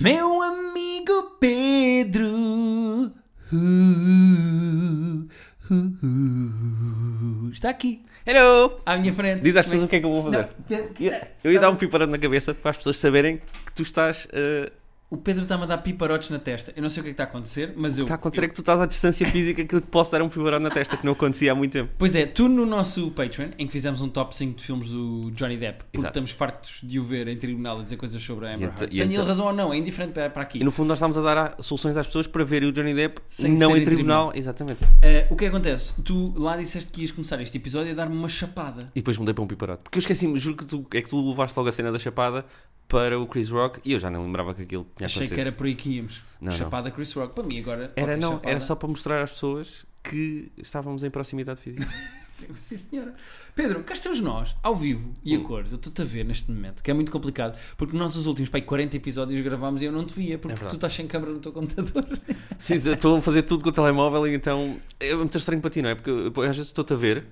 Meu amigo Pedro. uh, uh, uh, está aqui, Hello! à minha frente. Diz às pessoas o que é que eu vou fazer. Não, Pedro, Eu- Eu ia dar um piparando na cabeça para as pessoas saberem que tu estás. eh, O Pedro está-me a dar piparotes na testa. Eu não sei o que é que está a acontecer, mas eu. está a acontecer é que tu estás à distância física que eu te posso dar um piparando na testa, que não acontecia há muito tempo. Pois é, tu no nosso Patreon, em que fizemos um top 5 de filmes do Johnny Depp, porque Exato. estamos fartos de o ver em tribunal a dizer coisas sobre a Amber ent- Heard. e Tenho ele então- razão ou não, é indiferente para, para aqui. E no fundo, nós estamos a dar a- soluções às pessoas para verem o Johnny Depp Sem não ser em em tribunal. Exatamente. Eh, o que é que acontece? Tu lá disseste que ias começar este episódio a dar-me uma chapada. E depois mudei para um piparote. Porque eu esqueci-me, juro que tu, é que tu levaste logo a cena da Chapada para o Chris Rock e eu já não lembrava que aquilo tinha Achei acontecido. que era por aí que íamos. Não, não. chapada Chris Rock. Para mim agora. Era, qualquer não, chapada. era só para mostrar às pessoas que estávamos em proximidade física. Sim, sim, senhora. Pedro, cá estamos nós, ao vivo e Uh. a cores. Eu estou-te a ver neste momento, que é muito complicado, porque nós os últimos, pai, 40 episódios gravámos e eu não te via, É porque verdade. tu estás sem câmara no teu computador. Sim, eu estou a fazer tudo com o telemóvel e então é muito estranho para ti, não é? Porque eu, eu às vezes estou-te a ver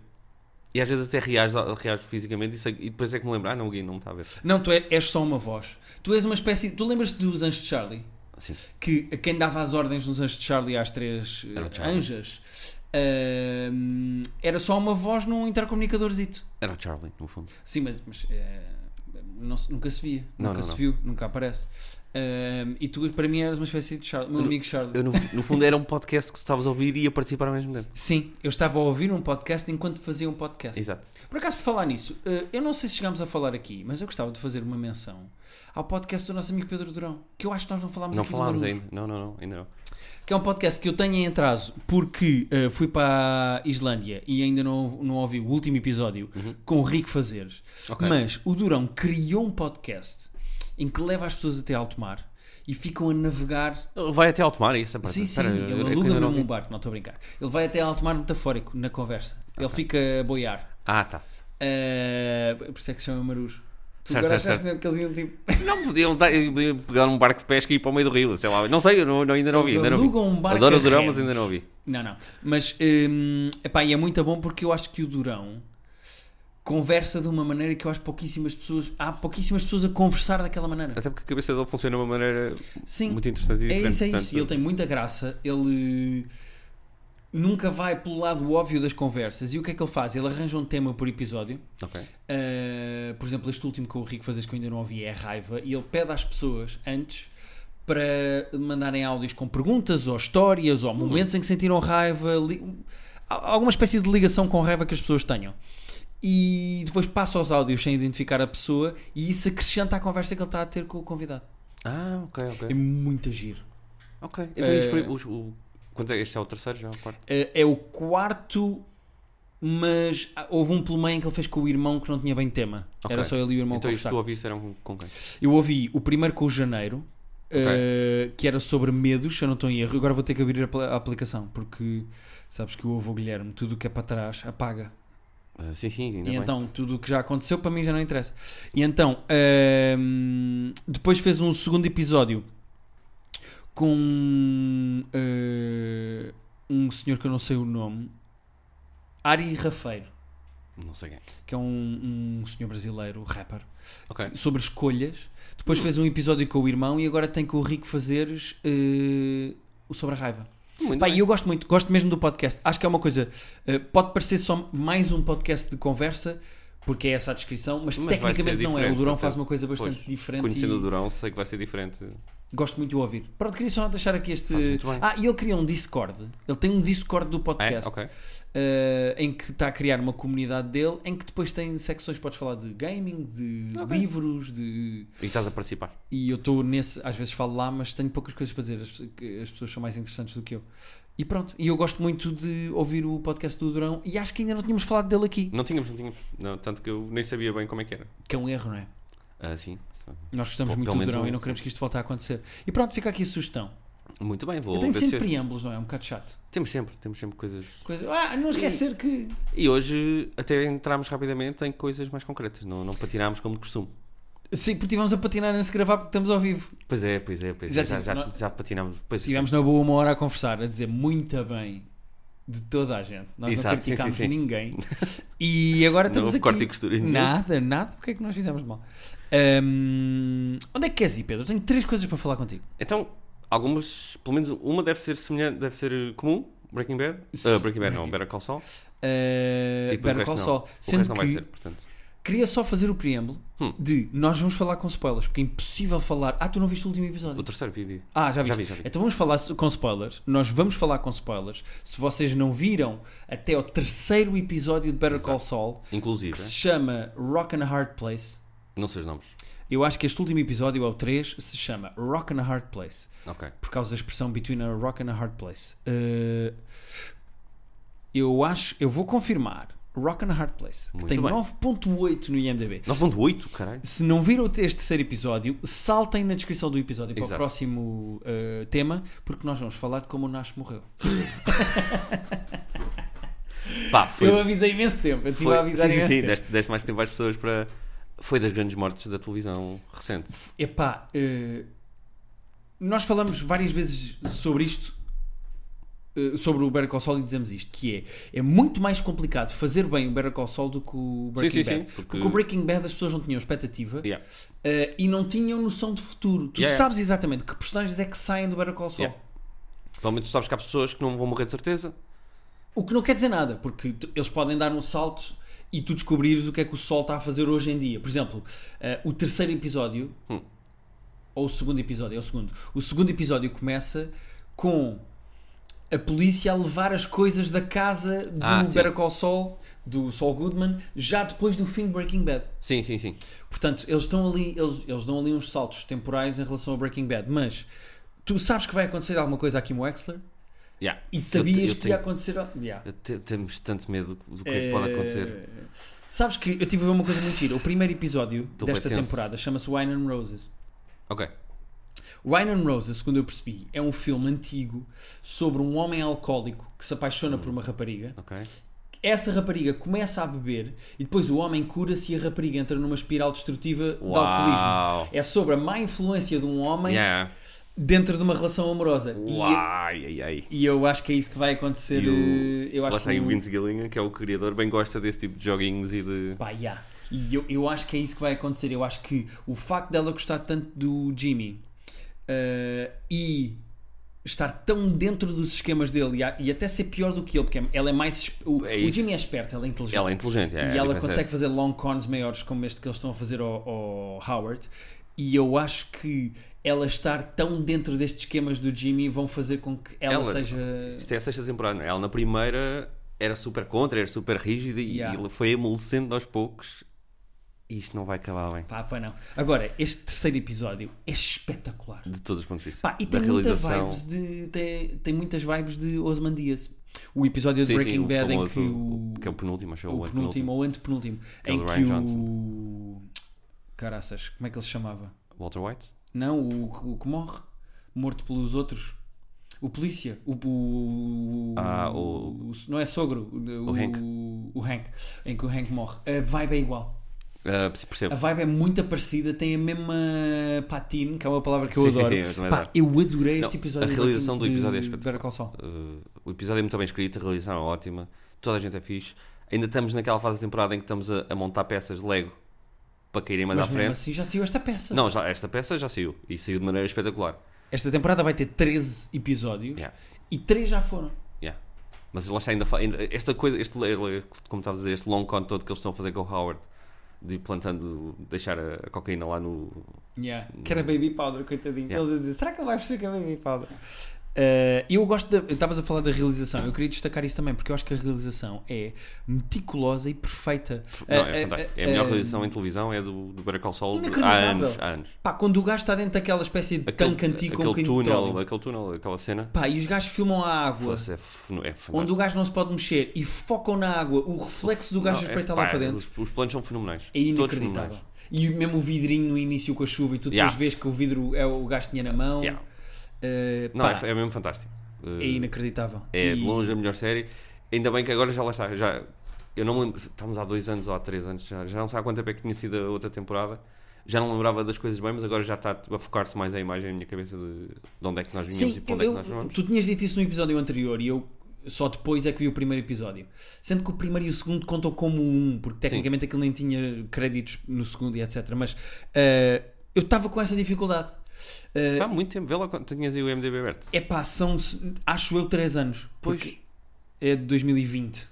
e às vezes até reajo, reajo fisicamente e, sei- e depois é que me lembro, ah não, o Gui não me está a ver. Não, tu é- és só uma voz. Tu és uma espécie. Tu lembras-te dos Anjos de Charlie? Sim. Que quem dava as ordens nos Anjos de Charlie às três Era o eh, Charlie. anjas ahm, era só uma voz num intercomunicadorzito. Era o Charlie, no fundo. Sim, mas, mas, eh, não se- nunca se via, Não, nunca não, se não. viu, nunca aparece. Ahm, e tu, para mim, eras uma espécie de Charlie, meu amigo Charlie. Eu, no, no fundo era um podcast que tu estavas a ouvir e a participar ao mesmo tempo. Sim, eu estava a ouvir um podcast enquanto fazia um podcast. Exato. Por acaso, por falar nisso, eh, eu não sei se chegámos a falar aqui, mas eu gostava de fazer uma menção ao podcast do nosso amigo Pedro Durão, que eu acho que nós não falámos Não aqui falámos do Marujo, ainda. Não, não, não, ainda não. que é um podcast que eu tenho em atraso porque eh, fui para a Islândia e ainda não, não ouvi o último episódio com o Rico Fazeres. Uhum. Ok. Mas o Durão criou um podcast em que leva as pessoas até alto mar e ficam a navegar Vai até alto mar, isso. é Sim, sim, Ah, espera, eu- ele eu aluga ainda não mesmo vi. um barco, não estou a brincar. Ele vai até alto mar metafórico na conversa. Ele fica a boiar. Ah, tá. Eh, por isso é que se chama Marujo. Tu Certo, agora certo, achaste que eles iam tipo. Não podiam, dar, podiam pegar um barco de pesca e ir para o meio do rio, sei lá. Não sei, eu não, não- ainda não vi. Eles Ainda não vi. alugam um barco Adoro a o Durão, mas remos. ainda não vi. Não, não. Mas hum, epá, e é muito bom porque eu acho que o Durão conversa de uma maneira que eu acho pouquíssimas pessoas. Há pouquíssimas pessoas a conversar daquela maneira. Até porque a cabeça dele funciona de uma maneira Sim. É muito interessante e É diferente. isso, é isso. portanto- Ele tem muita graça. Ele nunca vai pelo lado óbvio das conversas. E o que é que ele faz? Ele arranja um tema por episódio. Ok. Uh, por exemplo, este último que o Rico fazes que eu ainda não ouvi é a raiva, e ele pede às pessoas antes para mandarem áudios com perguntas ou histórias Hum. ou momentos em que sentiram raiva, li- a- alguma espécie de ligação com raiva que as pessoas tenham. E depois passa aos áudios sem identificar a pessoa, e isso acrescenta à conversa que ele está a ter com o convidado. Ah, ok, É ok. muito giro. Ok. Então Eh, isto foi os- o- quanto é- Este é o terceiro, já é o quarto. Uh, é o quarto, mas ah, houve um pelo meio em que ele fez com o irmão que não tinha bem tema. Ok. Era só ele e o irmão Então isto conversar. tu ouviste era um- com quem? Eu ouvi o primeiro com o Janeiro, Ok. eh, que era sobre medos, se eu não estou em erro. Agora vou ter que abrir a, apl- a aplicação, porque sabes que o avô Guilherme, tudo o que é para trás, apaga. Ah, sim, sim, ainda e bem. então, tudo o que já aconteceu, para mim já não interessa. E então, ehm, depois fez um segundo episódio com eh, um senhor que eu não sei o nome, Ari Rafeiro, Não sei quem. que é um, um senhor brasileiro, rapper Ok. sobre escolhas. Depois fez um episódio com o irmão e agora tem com o Rico fazeres eh, o sobre a raiva. Muito Pá, bem. e eu gosto muito, gosto mesmo do podcast. Acho que é uma coisa, eh, pode parecer só mais um podcast de conversa, porque é essa a descrição, mas, Mas vai tecnicamente ser não é. O diferente, Durão certeza. faz uma coisa bastante Pois, diferente Conhecendo o e Durão, sei que vai ser diferente. gosto muito de o ouvir. Pronto, queria só deixar aqui este. Faz muito bem. Ah, e ele criou um Discord. Ele tem um Discord do É? podcast. Ok. eh, em que está a criar uma comunidade dele, em que depois tem secções, podes falar de gaming, de Ok. livros, de E estás a participar. e eu estou nesse, às vezes falo lá, mas tenho poucas coisas para dizer, as, pe- que as pessoas são mais interessantes do que eu. E pronto, e eu gosto muito de ouvir o podcast do Durão e acho que ainda não tínhamos falado dele aqui, Não tínhamos, não tínhamos. Não, tanto que eu nem sabia bem como é que era. que é um erro, não é? Ah, sim. sim. Nós gostamos Pelo- muito do pelo menos é um Durão eu- e não queremos que isto volte a acontecer. E pronto, fica aqui a sugestão. Muito bem, vou Eu tenho ver se- sempre preâmbulos, não é? É um bocado chato. Temos sempre, temos sempre coisas. Coisa... Ah, não esquecer que. E hoje até entramos rapidamente em coisas mais concretas, não, não patinámos como de costume. Sim, porque estivemos a patinar antes de gravar porque estamos ao vivo. Pois é, pois é, pois Já é. Já, tive- já, não- já patinámos. Pois, Estivemos na boa uma hora a conversar, a dizer muito bem de toda a gente. Nós não Exato, sim, criticámos sim, sim. ninguém. E agora Não estamos houve aqui. corte e costura nenhum. nada, nada. O que é que nós fizemos de mal? Ahm, onde é que queres ir, Pedro? Tenho três coisas para falar contigo. Ah, Então, algumas, pelo menos uma deve ser semelhante, deve ser comum, Breaking Bad. Ah, Breaking Bad não, Better Call Saul. Uh, E depois o Better Call resto não. Saul. O resto Sendo não vai que ser, portanto. queria só fazer o preâmbulo Hum. de nós vamos falar com spoilers, porque é impossível falar. Ah, tu não viste o último episódio? O terceiro vídeo. Ah, já viste. Já vi, já vi. Então vamos falar se- com spoilers. Nós vamos falar com spoilers. Se vocês não viram até o terceiro episódio de Better Call Saul, Inclusive, que se chama Rock and a Hard Place. não sei os nomes. Eu acho que este último episódio, é o 3, se chama Rock and a Hard Place. Ok. por causa da expressão between a rock and a hard place. Eh, eu acho, eu vou confirmar. Rock and a hard place, que Muito tem bem. 9.8 no IMDb. 9.8, caralho. Se não viram este terceiro episódio, saltem na descrição do episódio para Exato. o próximo eh, tema, porque nós vamos falar de como o Nash morreu. Pá, foi. Eu avisei imenso tempo, eu estive foi a avisar sim, sim, imenso sim. tempo. Deste, deste mais tempo às pessoas para. Foi das grandes mortes da televisão recente. Epá, eh, nós falamos várias vezes sobre isto, eh, sobre o Better Call Saul e dizemos isto, que é, é muito mais complicado fazer bem o Better Call Saul do que o Breaking sim, sim, Bad. porque- Porque... o Breaking Bad as pessoas não tinham expectativa Yeah. eh, e não tinham noção de futuro. Tu Yeah, yeah. sabes exatamente que personagens é que saem do Better Call Saul. Yeah. Pelo menos tu sabes que há pessoas que não vão morrer de certeza. O que não quer dizer nada, porque tu- eles podem dar um salto e tu descobrires o que é que o Sol está a fazer hoje em dia. Por exemplo, eh, o terceiro episódio, Hum. ou o segundo episódio, é o segundo. O segundo episódio começa com a polícia a levar as coisas da casa do Ah, sim. Better Call Saul, do Saul Goodman, já depois do fim de Breaking Bad. Sim, sim, sim. Portanto, eles estão ali, eles, eles dão ali uns saltos temporais em relação ao Breaking Bad, mas tu sabes que vai acontecer alguma coisa a Kim Wexler Yeah. e sabias Eu te- eu que tenho- ia acontecer. ao- Yeah. Eu te- temos tanto medo do que é que pode Eh, acontecer. Sabes que eu tive a ver uma coisa muito gira. O primeiro episódio Tô bem desta tenso. temporada chama-se Wine and Roses. Ok. Wine and Roses, segundo eu percebi, é um filme antigo sobre um homem alcoólico que se apaixona por uma rapariga. Ok. Essa rapariga começa a beber e depois o homem cura-se e a rapariga entra numa espiral destrutiva de alcoolismo. Uau. É sobre a má influência de um homem Yeah. dentro de uma relação amorosa. E- Uai, ai, ai. E, eu acho que é isso que vai acontecer. E o- eh, eu acho Lá está aí que o Vince Gilligan, que é o criador, bem gosta desse tipo de joguinhos e de. Pá, yeah. E eu, eu acho que é isso que vai acontecer. Eu acho que o facto dela gostar tanto do Jimmy eh, e estar tão dentro dos esquemas dele e, a- e até ser pior do que ele, porque ela é mais. esp- O, É o isso. Jimmy é esperto, ela é inteligente. Ela é inteligente, é. e a ela diferença consegue é fazer long cons maiores como este que eles estão a fazer ao, ao Howard. E eu acho que ela estar tão dentro destes esquemas do Jimmy vão fazer com que ela, Ela- seja. essa. Isto é a sexta temporada. não é? Ela na primeira era super contra, era super rígida e- Yeah. e ela foi amolecendo aos poucos. E isto não vai acabar bem. Pá, pá, não. Agora, este terceiro episódio é espetacular. De todos os pontos de vista. Pá, e tem, da muita realização. vibes de, tem, tem muitas vibes de Osman Dias. O episódio de Sim, Breaking sim, o Bad em famoso- que o, que é o penúltimo, acho que é o o penúltimo antepenúltimo. ou antepenúltimo, é o em do que Ryan o. Caraças, como é que ele se chamava? Walter White? Não, o, o que morre, morto pelos outros. O polícia, o. o- Ah, o- Não é sogro, o, O Hank. o Hank, em que o Hank morre. A vibe é igual. Ah, A percebo. vibe é muito parecida, tem a mesma patina, que é uma palavra que eu Sim, sim, adoro. sim, eu também Pá, adoro. eu adorei este Não, episódio. a de realização do Breaking- episódio é de espetacular. Better Call Saul. Uh, o episódio é muito bem escrito, a realização é ótima, toda a gente é fixe. Ainda estamos naquela fase da temporada em que estamos a, a montar peças de Lego para caírem mais Mas à mesmo frente. assim já saiu esta peça. Não, já, esta peça já saiu e saiu de maneira espetacular. Esta temporada vai ter 13 episódios Yeah, e 3 já foram. yeah. Mas lá está ainda, fa- ainda- esta coisa, este le- como estavas a dizer, este long con todo que eles estão a fazer com o Howard de ir plantando, deixar a, a cocaína lá no. Que era Baby Powder, coitadinho. Hum. Yeah. Eles a dizer, será que ele vai perceber que é Baby Powder? Eh, eu gosto da. Estavas a falar da realização, eu queria destacar isso também, porque eu acho que a realização é meticulosa e perfeita. Não, Eh, é eh, fantástico. eh, É a melhor eh, realização em televisão, é do, do Better Call Saul de- há Inacreditável. anos. Há anos. Pá, quando o gajo está dentro daquela espécie de tanque antigo com um bocadinho de aquele, túnel, petróleo. aquele túnel, aquela cena. Pá, e os gajos filmam a água. Foda-se, é, f- é fantástico. onde o gajo não se pode mexer e focam na água, o reflexo do gajo Não, é, espreita pá, lá para dentro. Os, os planos são fenomenais. É Todos inacreditável. fenomenais. E mesmo o vidrinho no início com a chuva e tu depois Yeah. vês que o vidro é o gajo que tinha na mão. Yeah. Eh, Não, pá, é, é mesmo fantástico. é, Uh, inacreditável. é de E- longe a melhor série. Ainda bem que agora já lá está. Já, eu não me lembro. Estamos há dois anos ou há três anos. Já, já não sei há quanto tempo é que tinha sido a outra temporada. Já não lembrava das coisas bem, mas agora já está a focar-se mais a imagem na minha cabeça de, de onde é que nós vinhamos Sim, e para eu, onde é que eu- nós vamos. tu tinhas dito isso no episódio anterior e eu só depois é que vi o primeiro episódio. Sendo que o primeiro e o segundo contam como um, porque tecnicamente aquilo nem tinha créditos no segundo e etc. Mas eh, eu estava com essa dificuldade. Eh, Há muito tempo, vê lá quando tinhas aí o MDB aberto. é pá, são, se- acho eu, 3 anos. Pois. Porque é de 2020.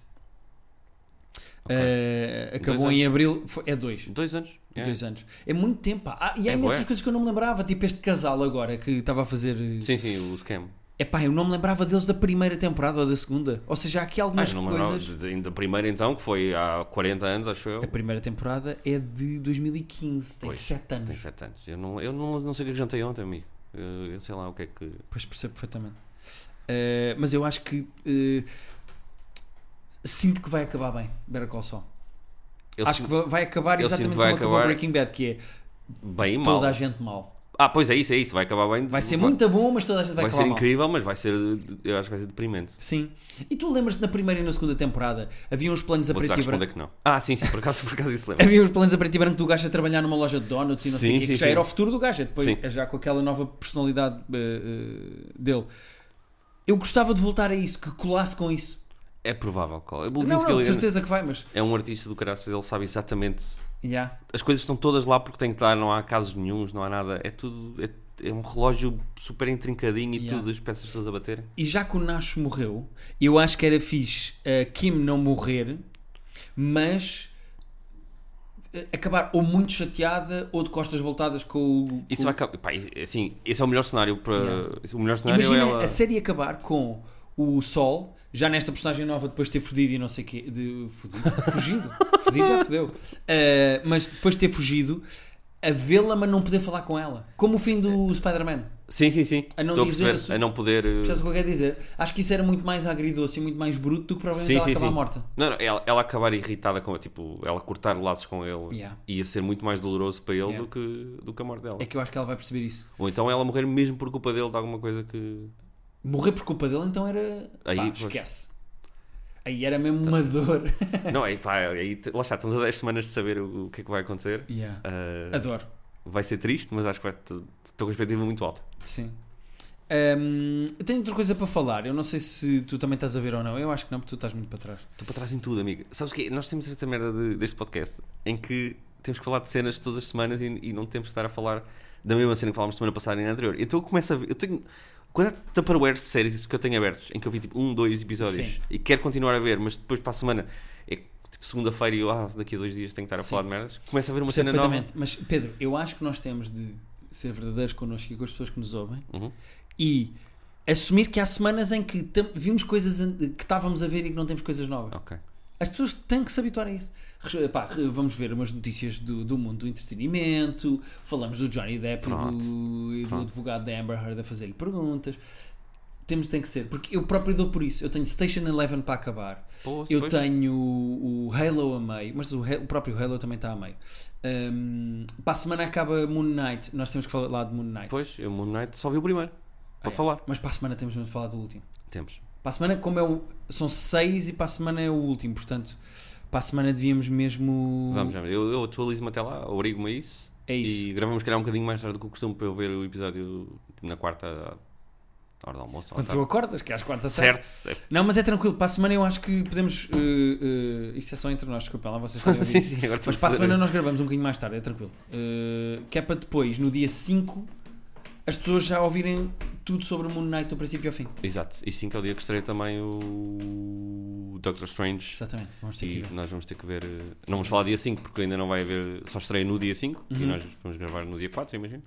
Ok. Eh, acabou Dois em abril. foi- é 2. Dois anos. É. Dois anos. É muito tempo. pá. Ah, e há É imensas bué. coisas que eu não me lembrava. Tipo este casal agora que estava a fazer. eh, Sim, sim, o scam. É pá, eu não me lembrava deles da primeira temporada ou da segunda. Ou seja, há aqui Ah, algumas eu não me lembrava coisas. de- de- da primeira então, que foi há 40 anos, acho eu. A primeira temporada é de 2015, tem Pois, 7 anos. Tem 7 anos. Eu, não, eu não, não sei o que é que jantei ontem, amigo. Eu, eu sei lá o que é que. Pois percebo perfeitamente. Eh, mas eu acho que eh, sinto que vai acabar bem, Better Call Saul. Eu acho sinto que va- vai acabar eu exatamente sinto que vai como acabou acabar Breaking Bad, que é bem e mal. toda a gente mal. Ah, pois é isso, é isso. Vai acabar bem. Vai ser muito bom, mas toda a gente vai, Vai, acabar ser mal. incrível, mas vai ser. Eu acho que vai ser deprimente. Sim. E tu lembras-te na primeira e na segunda temporada havia uns planos a Vou-te preto já e responder branco. que não. Ah, sim, sim, por acaso, por acaso isso lembro. Havia uns planos a preto e branco do gajo a trabalhar numa loja de donuts e não sei Sim, o quê, que sim, já sim. era o futuro do gajo, é depois Sim. é já com aquela nova personalidade eh, eh, dele. Eu gostava de voltar a isso, que colasse com isso. É provável, Cole. Eu não, disse que não, de ele certeza que vai, mas. é um artista do caraças, ele sabe exatamente. Yeah. As coisas estão todas lá porque tem que estar, não há casos nenhums, não há nada. É tudo. É, é um relógio super intrincadinho e Yeah. tudo, as peças todas a bater. E já que o Nacho morreu, eu acho que era fixe a Kim não morrer, mas eh, acabar ou muito chateada ou de costas voltadas com o. Isso com- vai acabar. Pá, e- assim, esse é o melhor cenário para. Yeah. O melhor cenário Imagina é ela. a série acabar com o Sol, já nesta personagem nova, depois de ter fudido e não sei o quê. De, fudido? Fugido? fudido já fudeu. Ah, mas depois de ter fugido, a vê-la, mas não poder falar com ela. Como o fim Eh, do Spider-Man. Sim, sim, sim. A não Estou a dizer perceber, a su- a não poder. eh, Percebes o que eu quero dizer? Acho que isso era muito mais agridoce e muito mais bruto do que provavelmente Sim, ela sim, acabar sim. morta. Não, não, ela, ela acabar irritada com tipo, ela cortar laços com ele Yeah. ia ser muito mais doloroso para ele Yeah. do, que, do que a morte dela. É que eu acho que ela vai perceber isso. Ou então ela morrer mesmo por culpa dele de alguma coisa que. Morrer por culpa dele, então era. Aí, Pá, pois. Tá. esquece. Aí era mesmo uma dor. não, aí, pá, é, aí te- lá está, estamos a 10 semanas de saber o, o que é que vai acontecer. Yeah. Ah, Adoro. vai vai ser triste, mas acho que vai- estou com a expectativa muito alta. Sim. Hum, eu tenho outra coisa para falar. Eu não sei se tu também estás a ver ou não. Eu acho que não, porque tu estás muito para trás. Estou para trás em tudo, amigo. Sabes o quê? Nós temos esta merda de- deste podcast em que temos que falar de cenas todas as semanas e, e não temos que estar a falar da mesma cena que falámos semana passada e na anterior. Então eu começo a ver. Eu tenho. Quando há Tupperwares de séries que eu tenho abertos, em que eu vi tipo um, dois episódios Sim. e quero continuar a ver, mas depois para a semana é tipo segunda-feira e eu, ah, daqui a dois dias tenho que estar a falar de merdas, começo a ver uma Percebo cena nova. perfeitamente. Mas, Pedro, eu acho que nós temos de ser verdadeiros connosco e com as pessoas que nos ouvem Uhum. e assumir que há semanas em que tam- vimos coisas an- que estávamos a ver e que não temos coisas novas. Ok. As pessoas têm que se habituar a isso. Res- pá, re- vamos ver umas notícias do, do mundo do entretenimento, falamos do Johnny Depp e Pronto. do, e do Pronto. advogado da Amber Heard a fazer-lhe perguntas. Temos, tem que ser, porque eu próprio dou por isso. Eu tenho Station Eleven para acabar, Pois, eu pois. tenho o Halo a meio, mas o, Ha- o próprio Halo também está a meio. Hum, para a semana acaba Moon Knight, nós temos que falar de Moon Knight, Pois, eu Moon Knight só vi o primeiro. Para é. falar. mas para a semana temos mesmo de falar do último. Temos. Para a semana, como é o. São seis e para a semana é o último, portanto, para a semana devíamos mesmo. Vamos, vamos. Eu, eu atualizo-me até lá, obrigo-me a isso. É isso. E gravamos, se calhar, um bocadinho mais tarde do que o costume para eu ver o episódio na quarta à hora do almoço. ou à Quando tu tarde. acordas, que é às quatro da tarde. tá Certo. É- Não, mas é tranquilo, para a semana eu acho que podemos. eh, eh, isto é só entre nós, desculpa lá, vocês podem É sim, ouvir. sim, agora Mas para a semana nós gravamos um bocadinho mais tarde, é tranquilo. Eh, que é para depois, no dia 5, as pessoas já ouvirem tudo sobre o Moon Knight do princípio ao fim. Exato. E sim que é o dia que estreia também o Doctor Strange. Exatamente, vamos ter que E ir. nós vamos ter que ver. eh, Não vamos falar dia 5, porque ainda não vai haver. Só estreia no dia 5 e Uhum. nós vamos gravar no dia 4, imagino.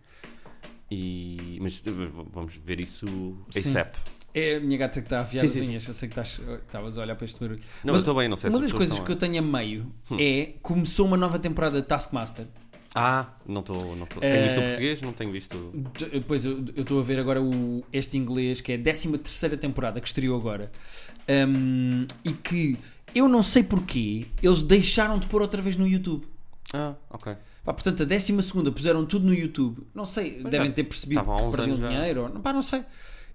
E... Mas eh, v- vamos ver isso Sim. ASAP. É a minha gata que está a afiar Sim, as sim, sim. unhas, eu sei que estás- eh, estavas a olhar para este barulho. Não, Mas eu estou bem, não sei uma se das as pessoas coisas que estão Hum. eu tenho a meio é começou uma nova temporada de Taskmaster. Ah, não estou. Não tô... Eh, Tenho visto o português, não tenho visto. D- Pois eu eu estou a ver agora o, este inglês que é a 13 temporada que estreou agora Um, e que eu não sei porquê eles deixaram de pôr outra vez no YouTube. Ah, ok. Pá, portanto, a 12 puseram tudo no YouTube. Não sei, Pois devem já. ter percebido Estavam há que uns perdiam anos já. dinheiro. ou- Não, pá, não sei.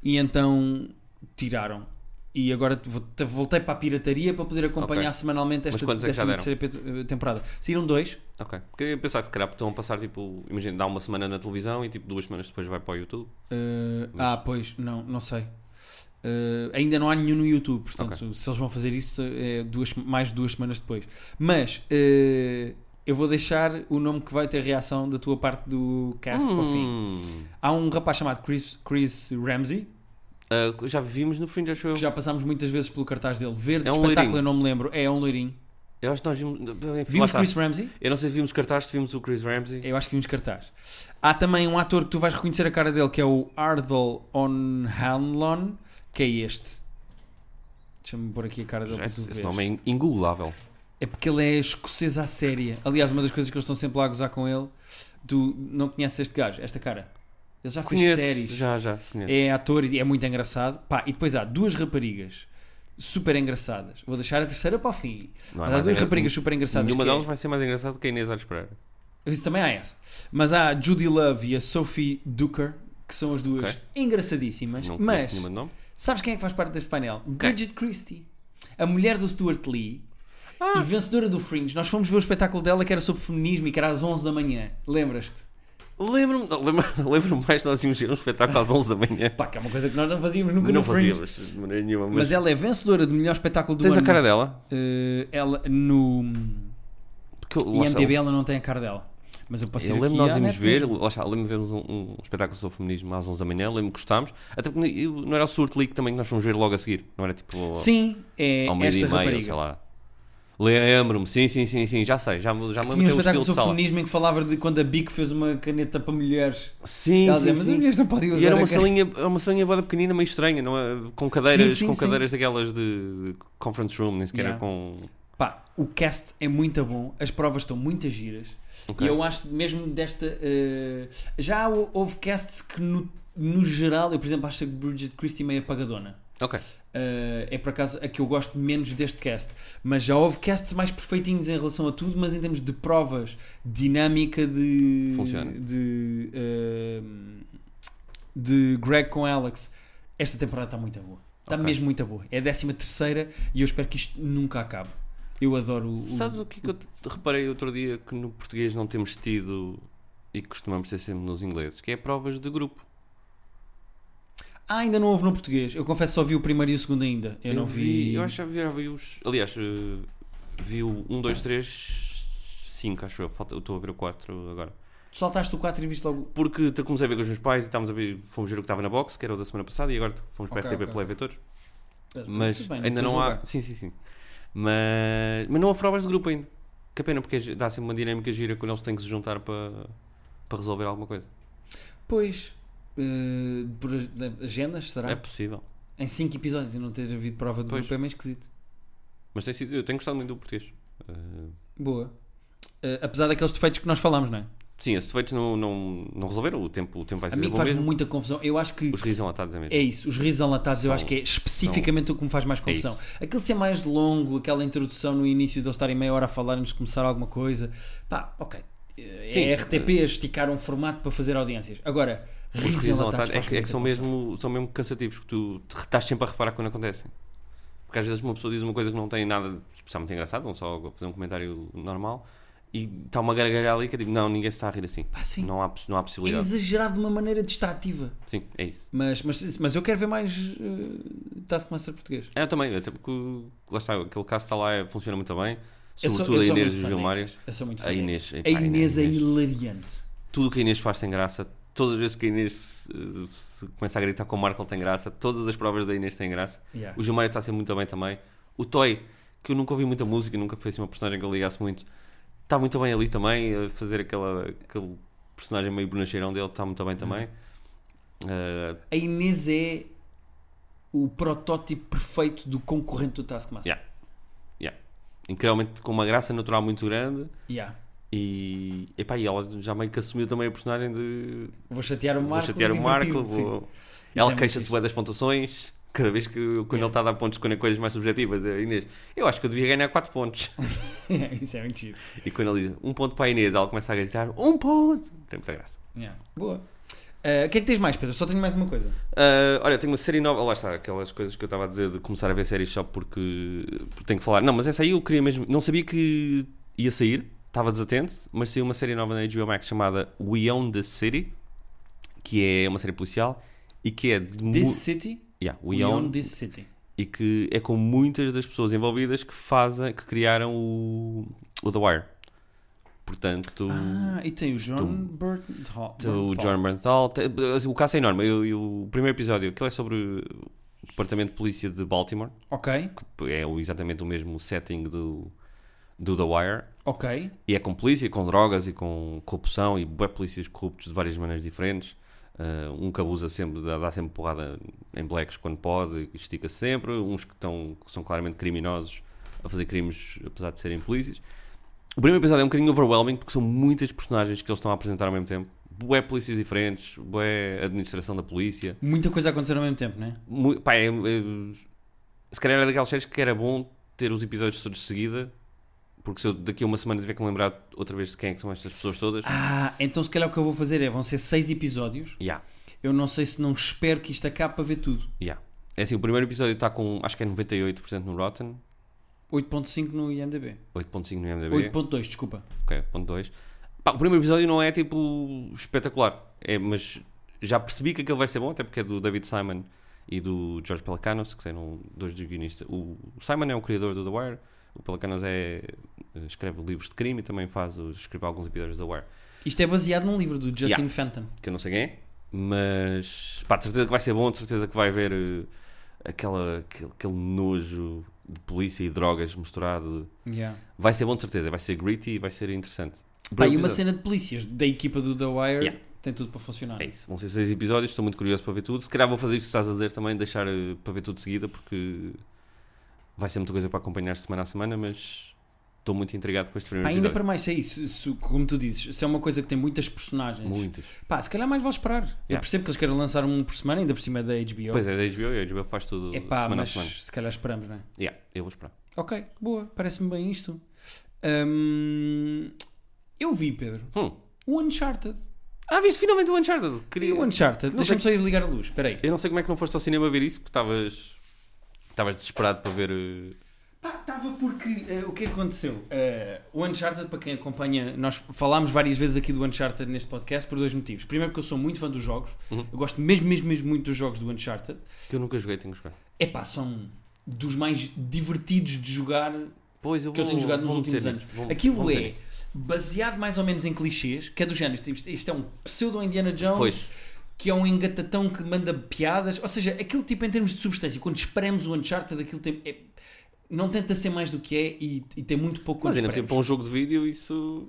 E então tiraram. E agora te- te- voltei para a pirataria para poder acompanhar Ok. semanalmente esta quantos é que já 13 temporada. Saíram dois. Ok. Porque eu ia pensar que se calhar estão a passar tipo, imagina, dá uma semana na televisão e tipo duas semanas depois vai para o YouTube. Uh, Mas- Ah, pois, não, não sei. Uh, Uh, ainda não há nenhum no YouTube, portanto, se eles vão fazer isso é duas, mais de duas semanas depois. Mas uh, eu vou deixar o nome que vai ter reação da tua parte do cast para o é fim. Hum. Há um rapaz chamado Chris, Chris Ramsey, Ah, já vimos no Fringe, acho eu. que já passámos muitas vezes pelo cartaz dele. Verde, É um espetáculo, loirinho. eu não me lembro. É um loirinho. Eu acho que nós vimos. Bem, lá Vimos está. Chris É, Ramsey? Eu não sei se vimos cartaz, se vimos o Chris Ramsey. Eu acho que vimos cartaz. Há também um ator que tu vais reconhecer a cara dele, que é o Ardal O'Hanlon, que é este. Deixa-me pôr aqui a cara dele Já, para tu esse esse veres. nome é in- ingoogulável. É porque ele é escocês à séria. Aliás, uma das coisas que eles estão sempre lá a gozar com ele, tu não conheces este gajo, esta cara. Ele já fez Conheço. séries. Já, já. Conheço. É ator e é muito engraçado. Pá, e depois há duas raparigas super engraçadas. Vou deixar a terceira para o fim. Não é Mas há mais duas engra- raparigas super engraçadas. Nenhuma que é- delas vai ser mais engraçada que a Inês Aires Pereira. Isso também há essa. Mas há a Judy Love e a Sophie Duker, que são as duas Ok. engraçadíssimas. Não conheço mas nenhuma de nome. sabes quem é que faz parte deste painel? Bridget Christie, a mulher do Stuart Lee Ah. e vencedora do Fringe. Nós fomos ver o espetáculo dela que era sobre feminismo e que era às 11 da manhã. Lembras-te? Lembro-me não, lembro- lembro-me mais de nós íamos ver um espetáculo às 11 da manhã. Pá, que é uma coisa que nós não fazíamos nunca não no Fringe. fazíamos de maneira nenhuma. Mas, Mas ela é vencedora do melhor espetáculo do tens ano. a cara dela? Eh, ela no Porque, lá está, IMDB ela não tem a cara dela. Mas eu passei Eu aqui lembro nós à ímos net ver, mesmo. lá está, lembro vemos um, um espetáculo sobre feminismo às 11 da manhã, lembro que gostámos. Até porque eu- não era o Stuart League também que nós fomos ver logo a seguir, não era tipo ao- Sim, é ao meio-dia esta e meia, rapariga. sei lá. Lembro-me, sim, sim, sim, sim, já sei, já, me- já Tinha me um lembro até o espetáculo estilo de sobre sala. feminismo em que falava de quando a Bic fez uma caneta para mulheres. Sim, Ela dizia, Tá sim, mas sim. as mulheres não podem usar. E era a uma caneta." salinha, era uma salinha boda pequenina, meio estranha, não é? com cadeiras, Sim, sim, com sim. cadeiras daquelas de de conference room, nem sequer Yeah. com. Pá, o cast é muito bom, as provas estão muito giras. Ok. E eu acho mesmo desta. eh, já hou- houve casts que, no, no geral, eu por exemplo acho que Bridget Christie é meio apagadona. Ok. Eh, é por acaso a que eu gosto menos deste cast. Mas já houve casts mais perfeitinhos em relação a tudo, mas em termos de provas, dinâmica de. Funciona. De, ehm, de Greg com Alex. Esta temporada está muito boa. Está Ok. mesmo muito boa. É a 13 terceira e eu espero que isto nunca acabe. Eu adoro o. o- Sabes o que é que eu te- te reparei outro dia que no português não temos tido e que costumamos ter sempre nos ingleses, que é provas de grupo. Ah, ainda não houve no português. Eu confesso só vi o primeiro e o segundo ainda. Eu, não vi. Eu acho que já vi os. Aliás, eh, vi o 1, 2, 3, 5, acho eu. Falta, eu estou a ver o 4 agora. Tu saltaste o 4 e viste logo. Porque te comecei a ver com os meus pais e estávamos a ver, fomos ver o que estava na box, que era o da semana passada, e agora fomos para Ok, a RTP ok. Play ver todos. Tudo Mas bem, ainda estou a não há. julgar. Sim, sim, sim. Mas, mas não há provas de grupo ainda. Que é pena, porque dá sempre uma dinâmica gira quando eles têm que se juntar para, para resolver alguma coisa. Pois. eh, por as- de- agendas, será? É possível. Em 5 episódios e não ter havido prova de Pois. grupo é meio esquisito. Mas tem sido, eu tenho gostado muito do português. Eh, Boa. Eh, apesar daqueles defeitos que nós falámos, não é? sim, esses defeitos não, não, não resolveram. O tempo, o tempo vai A ser mim é bom faz mesmo. muita confusão. Eu acho que. Os risos enlatados é mesmo. É isso, os risos enlatados eu São- É acho que é especificamente o que me faz mais confusão. Aquele ser mais longo, aquela introdução no início de eles estarem meia hora a falar-nos de começar alguma coisa. Pá, ok. É Sim. RTP a esticar um formato para fazer audiências. Agora, Os risos risos enlatados enlatados é, faz que- é que são muita confusão. mesmo, são mesmo cansativos, que tu te- estás sempre a reparar quando acontecem. Porque às vezes uma pessoa diz uma coisa que não tem nada de especialmente engraçado, não só fazer um comentário normal, e está uma gargalhada ali que é tipo, não, ninguém se está a rir assim. Pá, sim. Não há, poss- não há É possibilidade. exagerado de uma maneira distrativa. Sim, é isso. Mas, mas, mas eu quero ver mais uh, Taskmaster português. É, Eu também, até porque lá está, aquele caso está lá, é- funciona muito bem. Eu sou- Sobretudo eu sou a Inês muito e fã da o Gil Inês. Márias. Eu sou muito fã A da Inês, A epá, Inês é Inês. hilariante. tudo o que a Inês faz tem graça. Todas as vezes que a Inês se, se começa a gritar com o Marco ele tem graça. Todas as provas da Inês têm graça. Yeah. O Gilmário está a ser muito bem também. O Toy, que eu nunca ouvi muita música, nunca foi assim uma personagem que eu ligasse muito, está muito bem ali também. A fazer aquela, aquele personagem meio bonacheirão dele está muito bem também. Uh, A Inês é o protótipo perfeito do concorrente do Taskmaster. yeah. Yeah. Incrivelmente com uma graça natural muito grande. Yeah. E, epá, e ela já meio que assumiu também a personagem de Vou chatear o vou Marco. chatear o divertir-me, Marco. sim. Vou... é Ela muito queixa-se bué das pontuações. Cada vez que quando ele está a dar pontos quando é coisas mais subjetivas, a Inês, eu acho que eu devia ganhar 4 pontos. Isso é mentira. E quando ele diz um ponto para a Inês, ela começa a gritar um ponto. Tem muita graça. Yeah. Boa. Uh, o que é que tens mais, Pedro? Só tenho mais uma coisa. Ah, olha, tenho uma série nova. Lá está, aquelas coisas que eu estava a dizer de começar a ver séries só porque, porque tenho que falar. Não, mas essa aí eu queria mesmo. Não sabia que ia sair, estava desatento. Mas saiu uma série nova na HBO Max chamada We Own the City, que é uma série policial e que é de mu- This City? yeah, o We Ion, own this city. e que é com muitas das pessoas envolvidas que fazem, que criaram o, o The Wire. Portanto, Ah, e tem o John Burton. tem o John Bernthal, tem- assim, o caso é enorme. Eu- eu- o primeiro episódio, aquilo é sobre o Departamento de Polícia de Baltimore, Ok, que é o- exatamente o mesmo setting do, do The Wire. ok. E é com polícia, com drogas e com corrupção e bué polícias corruptos de várias maneiras diferentes. Ah, um que abusa sempre, dá, dá sempre porrada em blacks quando pode, e estica sempre. Uns que, estão, que são claramente criminosos a fazer crimes, apesar de serem polícias. O primeiro episódio é um bocadinho overwhelming porque são muitas personagens que eles estão a apresentar ao mesmo tempo. Bué polícias diferentes, bué administração da polícia. Muita coisa a acontecer ao mesmo tempo, né? Mu- pá, é- é- se calhar era daquelas séries que era bom ter os episódios todos de seguida, porque se eu daqui a uma semana tiver que me lembrar outra vez de quem é que são estas pessoas todas. Ah, então se calhar o que eu vou fazer é: vão ser seis episódios. Yeah, Eu não sei se não espero que isto acabe para ver tudo. yeah. É assim, o primeiro episódio está com acho que é 98% no Rotten, 8.5 no IMDb. 8.5 no IMDb, 8.2, desculpa. ok, ponto 2. Pá, o primeiro episódio não é tipo espetacular, é, mas já percebi que aquele vai ser bom, até porque é do David Simon e do George Pelicanos, que são dois dos guionistas. O Simon é o criador do The Wire, o Pelicanos é, escreve livros de crime e também faz, os- escreve alguns episódios do The Wire, Isto é baseado num livro do Justin Fenton. que eu não sei quem é, mas pá, de certeza que vai ser bom, de certeza que vai haver eh, aquela, aquele, aquele nojo de polícia e drogas misturado. Yeah. Vai ser bom, de certeza, vai ser gritty e vai ser interessante. Pá, e Primeiro uma episódio. cena de polícias da equipa do The Wire é. Yeah. tem tudo para funcionar. É isso, vão ser seis episódios, estou muito curioso para ver tudo. Se calhar vou fazer isto que estás a dizer também, deixar eh, para ver tudo de seguida, porque vai ser muita coisa para acompanhar semana a semana, mas estou muito intrigado com este Pá, primeiro ainda episódio. para mais, se é isso, se- como tu dizes, se é uma coisa que tem muitas personagens, Muitas. pá, se calhar é mais vale esperar. Eu Yeah. percebo que eles querem lançar um por semana, ainda por cima é da HBO. Pois é, da HBO, e a HBO faz tudo é pá, semana mas a semana. se calhar esperamos, não é? Yeah, eu vou esperar. Ok, boa, parece-me bem isto. Hum, eu vi, Pedro, Hum. o Uncharted. Ah, viste finalmente o Uncharted? Queria... E o Uncharted, Não deixa-me só ir ligar a luz, espera aí. Eu não sei como é que não foste ao cinema ver isso, porque estavas. Estavas desesperado para ver. eh, Pá, estava porque eh, o que é que aconteceu? Eh, o Uncharted, para quem acompanha, nós falámos várias vezes aqui do Uncharted neste podcast por dois motivos. Primeiro, porque eu sou muito fã dos jogos, eu gosto mesmo, mesmo, mesmo muito dos jogos do Uncharted. Que eu nunca joguei, tenho que jogar. É pá, são dos mais divertidos de jogar Pois, eu que eu vou- tenho jogado nos vou meter últimos anos. nisso, vou- vou Aquilo meter é nisso. baseado mais ou menos em clichês, que é do género. tipo, Isto, isto é um pseudo-Indiana Jones. Pois. Que é um engatatão que manda piadas, ou seja, aquilo tipo em termos de substância, quando esperamos o Uncharted, aquilo tem, é- não tenta ser mais do que é e, e tem muito pouco Mas quando ainda por cima, esperamos. para um jogo de vídeo, isso.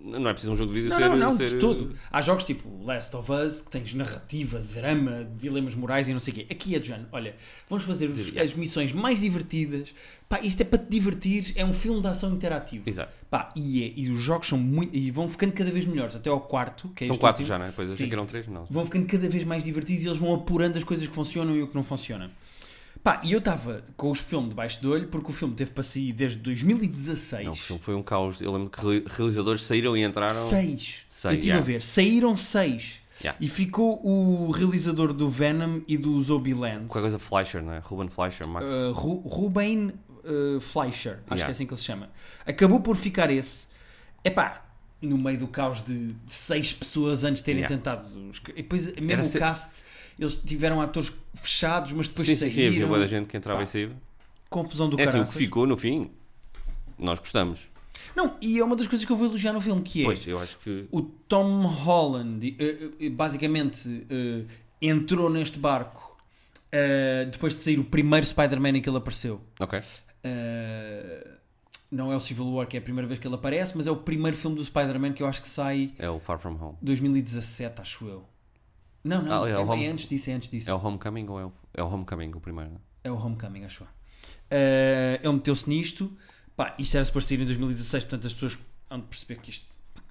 Não é preciso um jogo de vídeo Não, ser. não, não, ser- eh, de todo. Há jogos tipo Last of Us, que tens narrativa, drama, dilemas morais e não sei o quê. Aqui é de género. Olha, vamos fazer os- as missões mais divertidas. Pá, isto é para te divertir. É um filme de ação interativo. Exato. Pá, e, é- e os jogos são muito. e vão ficando cada vez melhores. Até ao quarto, que é São este quatro último, já, não é? Pois achei Sim. que eram três, não. Vão ficando cada vez mais divertidos e eles vão apurando as coisas que funcionam e o que não funciona. Pá, e eu estava com os filmes debaixo do olho, porque o filme teve para sair desde 2016. Não, o filme foi um caos. Eu lembro que re- realizadores saíram e entraram. Seis. Sei, eu estive yeah. a ver. Saíram seis. Yeah. E ficou o realizador do Venom e do Zombieland. Qualquer coisa Fleischer, não é? Ruben Fleischer, Max. Uh, Ru- Ruben uh, Fleischer. Acho Yeah. que é assim que ele se chama. Acabou por ficar esse. Epá, no meio do caos de seis pessoas antes de terem Yeah. tentado. os- E depois, mesmo Era o ser- cast, eles tiveram atores fechados, mas depois sim, sim, saíram. sim. Havia boa da gente que entrava Pá, e saía. Confusão do É assim, o caralho. que ficou no fim, nós gostamos. Não, e é uma das coisas que eu vou elogiar no filme, que é... Pois, eu acho que. o Tom Holland eh, eh, basicamente eh, entrou neste barco eh, depois de sair o primeiro Spider-Man em que ele apareceu. Ok. Eh, não é o Civil War, que é a primeira vez que ele aparece, mas é o primeiro filme do Spider-Man que eu acho que sai É o Far From Home. 2017, acho eu. Não, não, Ah, é, é o Home- é antes disso, é antes disso. É o Homecoming ou é o, é o Homecoming o primeiro? não é? É o Homecoming, acho eu. Eh, ele meteu-se nisto. Pá, isto era suposto sair em 2016, portanto as pessoas hão de perceber que isto pá,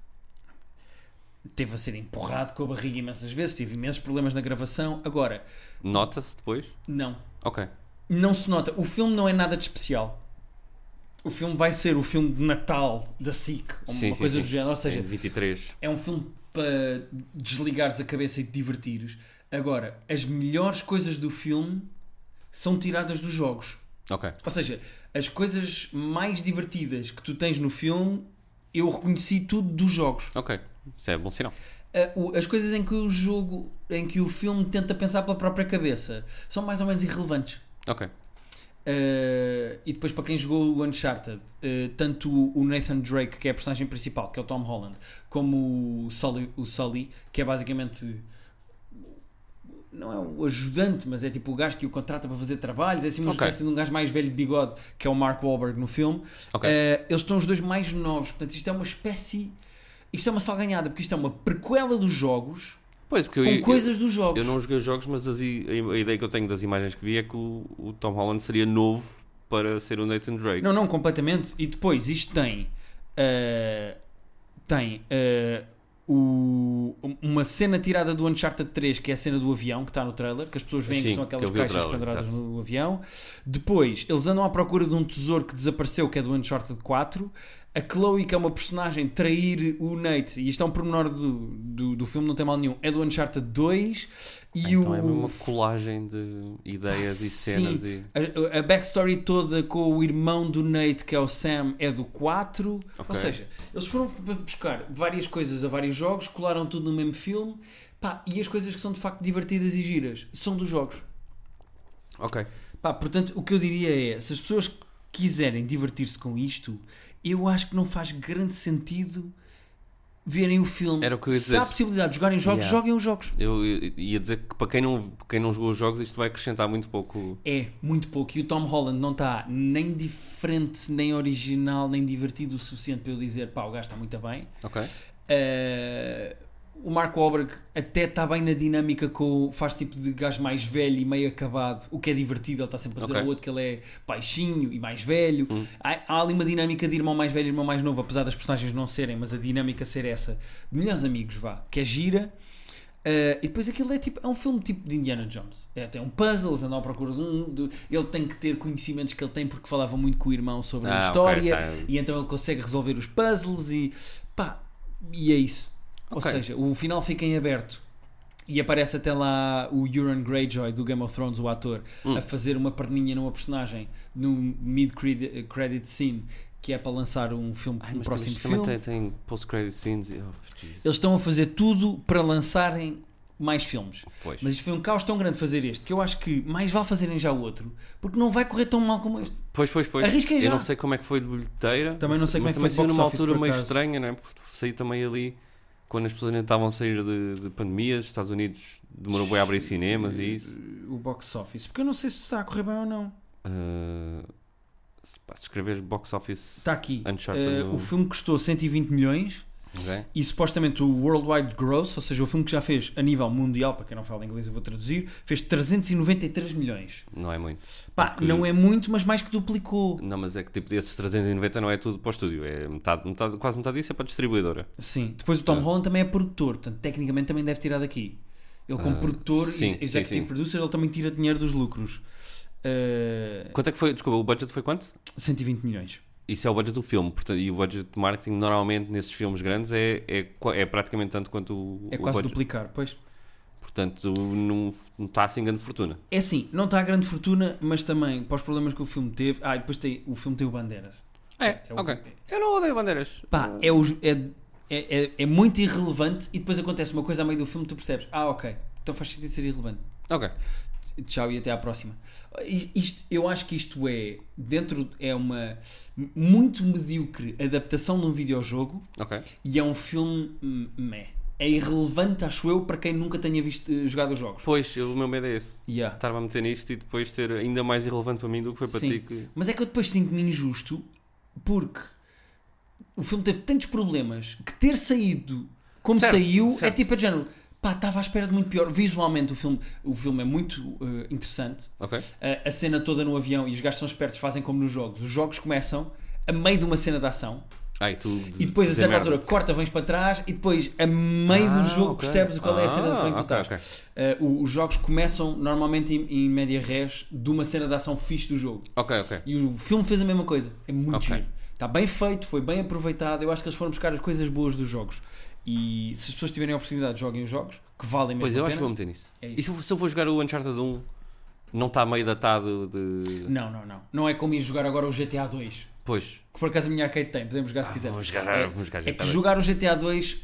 teve a ser empurrado com a barriga imensas vezes, teve imensos problemas na gravação. Agora, Nota-se depois? não. Ok. Não se nota. O filme não é nada de especial. O filme vai ser o filme de Natal da SIC, ou uma Sim, sim, coisa sim. do género. Ou Em seja, 23. é um filme para desligares a cabeça e te divertires. Agora, as melhores coisas do filme são tiradas dos jogos. Ok. Ou seja, as coisas mais divertidas que tu tens no filme, eu reconheci tudo dos jogos. Ok. Isso é bom sinal. Ah, o- As coisas em que o jogo em que o filme tenta pensar pela própria cabeça são mais ou menos irrelevantes. Ok. Uh, e depois, para quem jogou o Uncharted, uh, tanto o Nathan Drake, que é a personagem principal, que é o Tom Holland, como o Sully, o Sully que é basicamente. Não é o ajudante, mas é tipo o gajo que o contrata para fazer trabalhos. É assim uma Ok. espécie de um gajo mais velho de bigode, que é o Mark Wahlberg no filme. Ok. Uh, eles estão os dois mais novos, portanto, isto é uma espécie. Isto é uma salganhada, porque isto é uma prequela dos jogos Pois, porque com eu, coisas dos eu, eu jogos. não joguei os jogos, mas as i- a, a ideia que eu tenho das imagens que vi é que o, o Tom Holland seria novo para ser o Nathan Drake. Não, não, completamente. E depois isto tem. eh, tem. eh, o- uma cena tirada do Uncharted 3, que é a cena do avião, que está no trailer, que as pessoas veem Sim, que são que aquelas eu vi o caixas trailer, penduradas exato. no avião. Depois, eles andam à procura de um tesouro que desapareceu, que é do Uncharted 4. A Chloe, que é uma personagem, trair o Nate, e isto é um pormenor do, do, do filme, não tem mal nenhum, é do Uncharted 2. E então o é mesmo uma colagem de ideias Ah, sim. e cenas e... a, a backstory toda com o irmão do Nate, que é o Sam, é do 4. Ou Ok. seja, eles foram b- buscar várias coisas a vários jogos, colaram tudo no mesmo filme. Pá, e as coisas que são de facto divertidas e giras são dos jogos. Ok. Pá, portanto, o que eu diria é: se as pessoas quiserem divertir-se com isto, eu acho que não faz grande sentido verem o filme. Era o que eu ia se há a dizer. possibilidade de jogarem jogos, Yeah. joguem os jogos. Eu eu ia dizer que para quem não, quem não jogou os jogos isto vai acrescentar muito pouco. É muito pouco. E o Tom Holland não está nem diferente, nem original, nem divertido o suficiente para eu dizer pá, o gajo está muito bem. Ok. Eh, o Mark Wahlberg até está bem na dinâmica com o- faz tipo de gajo mais velho e meio acabado, o que é divertido, ele está sempre a dizer Ok. Hum. ao outro que ele é baixinho e mais velho. Há, há ali uma dinâmica de irmão mais velho e irmão mais novo, apesar das personagens não serem, mas a dinâmica ser essa. Melhores amigos, vá, que é gira. Eh, e depois aquilo é tipo é um filme tipo de Indiana Jones. É, tem um puzzle, eles andam à procura de um. de- ele tem que ter conhecimentos que ele tem porque falava muito com o irmão sobre a Ah, ok, história tá. e então ele consegue resolver os puzzles e pá, e é isso. Ou Ok. seja, o final fica em aberto e aparece até lá o Euron Greyjoy do Game of Thrones, o ator, Hum. a fazer uma perninha numa personagem no mid-credit eh, scene que é para lançar um filme, Ai, um mas próximo também- também filme. tem, tem post-credit scenes e... Oh, Jesus. Eles estão a fazer tudo para lançarem mais filmes. Pois. Mas isto foi um caos tão grande fazer este que eu acho que mais vale fazerem já o outro, porque não vai correr tão mal como este. Pois, pois, pois. Arrisquem eu já. não sei como é que foi de bilheteira. Também mas- não sei como mas é que foi de também saiu box numa office, altura por meio acaso. estranha, não é? Porque saiu também ali quando as pessoas ainda estavam a sair de, de pandemia. Os Estados Unidos demorou bem a abrir cinemas e isso. O box office, porque eu não sei se está a correr bem ou não. Ah, se, pá, se escreveres box office. Está aqui. Uncharted Eh, no- O filme custou 120 milhões ok? e supostamente o Worldwide Gross, ou seja, o filme que já fez a nível mundial, para quem não fala inglês eu vou traduzir, fez 393 milhões. Não é muito. Pá, Porque- não é muito, mas mais que duplicou. Não, mas é que tipo, esses 390 não é tudo para o estúdio. É metade, metade, quase metade disso é para a distribuidora. Sim. Depois o Tom Ah. Holland também é produtor, portanto, tecnicamente também deve tirar daqui. Ele, como Ah, produtor, sim, ex- executive sim, sim. producer, ele também tira dinheiro dos lucros. Eh, Quanto é que foi? Desculpa, o budget foi quanto? 120 milhões. Isso é o budget do filme, portanto, e o budget de marketing normalmente nesses filmes grandes é, é, qua- é praticamente tanto quanto o, É o quase budget. duplicar, pois. Portanto, não não está assim grande fortuna. É assim, não está a grande fortuna, mas também para os problemas que o filme teve. Ah, e depois tem, o filme tem o Bandeiras. o- É, Eu não odeio bandeiras. Pá, é, os- é- é- é- é muito irrelevante e depois acontece uma coisa a meio do filme que tu percebes. Ah, ok, então faz sentido ser irrelevante. Ok. Tchau e até à próxima. I- Isto, eu acho que isto é dentro é uma muito medíocre adaptação de um videojogo Ok. e é um filme hum, meh. É irrelevante, acho eu, para quem nunca tenha visto eh, jogado os jogos. Pois, eu- o meu medo é esse. Yeah. Estar-me a meter nisto e depois ser ainda mais irrelevante para mim do que foi para Sim. ti. Que... Mas é que eu depois sinto-me injusto porque o filme teve tantos problemas que ter saído como Certo, saiu é certo. tipo de género. Pá, estava à espera de muito pior. Visualmente o filme, o filme é muito eh, interessante. Eh, Ok. A, a cena toda no avião e os gajos são espertos, fazem como nos jogos. Os jogos começam a meio de uma cena de ação Ai, tu. e depois a dizer certa merda. altura corta, vens para trás e depois a meio Ah, do jogo ok. percebes qual é a cena de Ah, ação em que tu ok, estás. ok. Eh, o- os jogos começam normalmente em, em média res de uma cena de ação fixe do jogo. Ok, ok. E é o filme fez a mesma coisa. É muito Ok. giro. Está bem feito, foi bem aproveitado. Eu acho que eles foram buscar as coisas boas dos jogos. E se as pessoas tiverem a oportunidade, joguem os jogos, que valem mesmo Pois, a eu pena. acho que vou meter nisso. É e se eu, se eu for jogar o Uncharted 1, não está meio datado de. Não, não, não. Não é como ir jogar agora o GTA 2. Pois. Que por acaso a minha arcade tem, podemos jogar se quisermos. Ah, Vamos jogar, é, vamos jogar é que GTA. jogar o GTA 2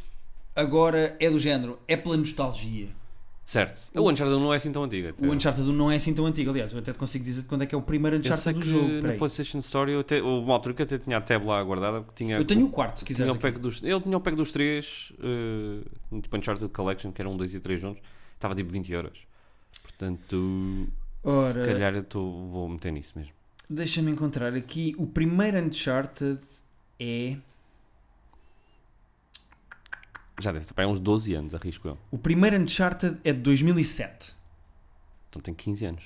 agora é do género, é pela nostalgia. Certo. O Uncharted não é assim tão antigo. até. O Uncharted 1 não é assim tão antigo, aliás, eu até te consigo dizer de quando é que é o primeiro Eu sei Uncharted do que jogo. na peraí. PlayStation Story eu até, houve uma altura que eu até tinha a tab lá guardada. porque Tinha, Eu tenho o quarto, se quiseres. tinha o aqui. pack dos, ele tinha o pack dos três, uh, tipo Uncharted Collection, que eram 2 e 3 juntos. Estava tipo 20 euros. Portanto, se Ora, calhar eu tô- vou meter nisso mesmo. deixa-me encontrar aqui. O primeiro Uncharted é. Já deve estar para aí uns 12 anos, arrisco eu. O primeiro Uncharted é de 2007. Então tem 15 anos.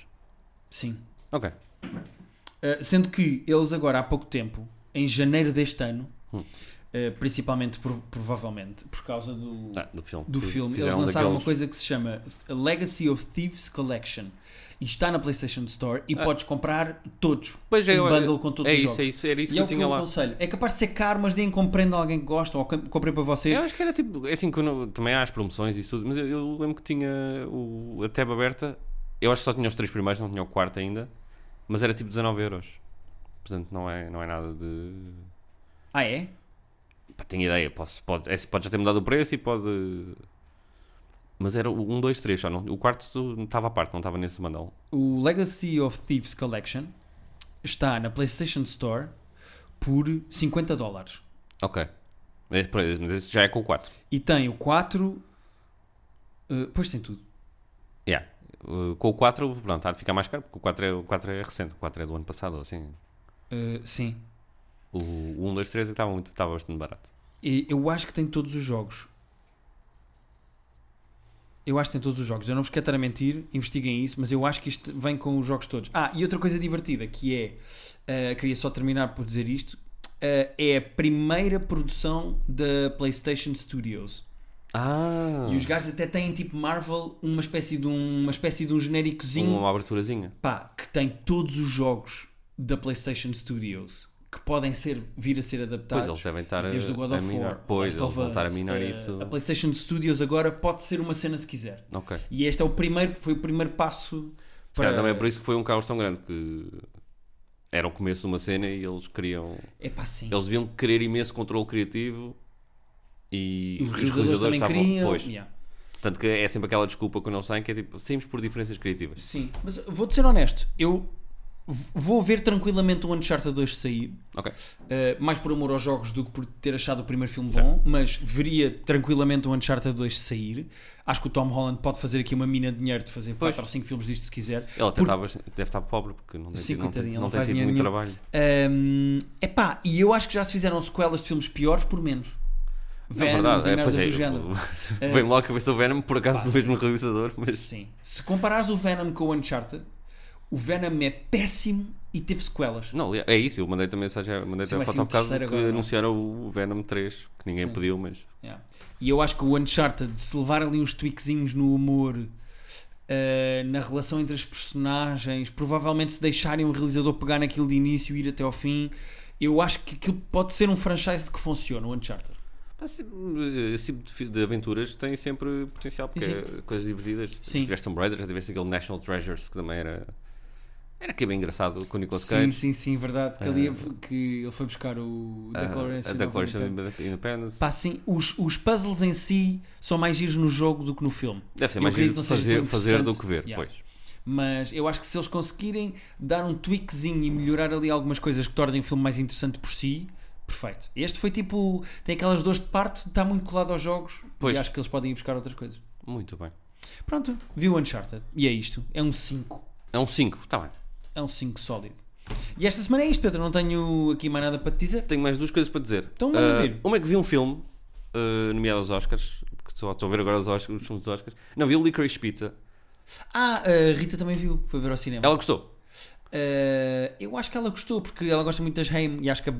Sim. Ok. Uh, sendo que eles agora há pouco tempo, em janeiro deste ano, Hum. uh, principalmente prov- provavelmente por causa do, Ah, do filme. do Fiz- filme, eles fizeram um lançaram uma daqueles- coisa que se chama Legacy of Thieves Collection e está na PlayStation Store e Ah. podes comprar todos. Pois é, um eu- bundle com todos é os isso, jogos. é isso, era e isso que é eu o que tinha eu lá. aconselho. É capaz de ser caro, mas deem compreendo a alguém que gosta ou com- comprem para vocês. Eu acho que era tipo, é assim, que eu não- também há as promoções e isso tudo, mas eu, eu lembro que tinha o, a tab aberta, eu acho que só tinha os três primeiros, não tinha o quarto ainda, mas era tipo 19 euros. Portanto, não é, não é nada de. Ah, é? Pá, tenho ideia, posso, pode, é, pode já ter mudado o preço e pode. Mas era o 1, 2, 3 só, não, o quarto tu- estava à parte, não estava nesse mandal. O Legacy of Thieves Collection está na PlayStation Store por 50 dólares. Ok. É, por aí, mas esse já é com o 4. E tem o 4. eh, pois tem tudo. Yeah. Uh, com o 4, pronto, há de ficar mais caro, porque o 4 é, o 4 é recente, o 4 é do ano passado, ou assim. Eh, sim. O 1, 2, 3 é estava muito- estava bastante barato. E eu acho que tem todos os jogos. Eu acho que tem todos os jogos. Eu não vos quero estar a mentir, investiguem isso, mas eu acho que isto vem com os jogos todos. Ah, e outra coisa divertida que é. eh, queria só terminar por dizer isto. eh, é a primeira produção da PlayStation Studios. Ah! E os gajos até têm tipo Marvel, uma espécie de um, uma espécie de um genéricozinho Uma aberturazinha. pá, que tem todos os jogos da PlayStation Studios que podem ser, vir a ser adaptados. Pois, eles devem estar a- desde o God a of minar. War, Pois, Last eles of vão Us, estar a minar eh, isso. A PlayStation Studios agora pode ser uma cena se quiser. Ok. E este é o primeiro, foi o primeiro passo Se calhar para. também é por isso que foi um caos tão grande que era o começo de uma cena e eles queriam. É pá, sim. Eles deviam querer imenso controle criativo e Os realizadores também queriam. Pois. Yeah. Tanto que é sempre aquela desculpa que não saem que é tipo, saímos por diferenças criativas. Sim, mas vou-te ser honesto, eu v- vou ver tranquilamente o Uncharted 2 sair. Ok. Uh, mais por amor aos jogos do que por ter achado o primeiro filme bom, mas veria tranquilamente o Uncharted 2 sair. Acho que o Tom Holland pode fazer aqui uma mina de dinheiro de fazer 4 ou 5 filmes disto se quiser. Ele até tá- Por- está bastante- deve estar pobre porque não tem, Sim, tido- não tem- coitadinho, ele não não tem faz tido dinheiro muito nenhum. trabalho. Um, epá, e eu acho que já se fizeram sequelas de filmes piores por menos. Não, é, Venoms e merdas do género. Vem logo a cabeça do Venom, por acaso do mesmo realizador, mas Sim. Se comparares o Venom com o Uncharted, o Venom é péssimo e teve sequelas. Não, aliás, é isso, eu mandei-te a mensagem, mandei-te Sim, a vai foto ser ao um caso que terceiro agora, não é? anunciaram o Venom 3, que ninguém Sim. pediu, mas Yeah. E eu acho que o Uncharted, se levar ali uns tweakzinhos no humor, eh, na relação entre as personagens, provavelmente se deixarem o realizador pegar naquilo de início e ir até ao fim, eu acho que aquilo pode ser um franchise que funciona, o Uncharted. pá, se- esse tipo de fi- de aventuras tem sempre potencial porque Sim. é coisas divertidas. Sim. Se tiveste Tomb Raider, já tiveste aquele National Treasures que também era era que é bem engraçado com o Nicolas Sim, Cage. sim, sim, verdade. Que, ali, que ele foi buscar o a- Declaration. Ah, a of Declaration Independence. of Independence. Pá, sim, os, os puzzles em si são mais giros no jogo do que no filme. Deve ser eu mais acredito giro que não seja fazer, tão fazer do que interessante. ver, Yeah. pois. Mas eu acho que se eles conseguirem dar um tweakzinho e melhorar ali algumas coisas que tornem o filme mais interessante por si, perfeito. Este foi tipo. tem aquelas dores de parto, está muito colado aos jogos Pois. e acho que eles podem ir buscar outras coisas. Muito bem. Pronto, viu o Uncharted. E é isto. É um 5. É um 5, está bem. É um 5 sólido. E esta semana é isto, Pedro. Não tenho aqui mais nada para te dizer. Tenho mais duas coisas para dizer. Então manda Ah, vir. Uma é que vi um filme ah, nomeado aos Oscars, que só estou a ver agora os Oscars, os filmes dos Oscars. Não, vi o Licorice Pizza. Ah, a Rita também viu, foi ver ao cinema. Ela gostou. Ah, eu acho que ela gostou, porque ela gosta muito das Haim e acho que a, a-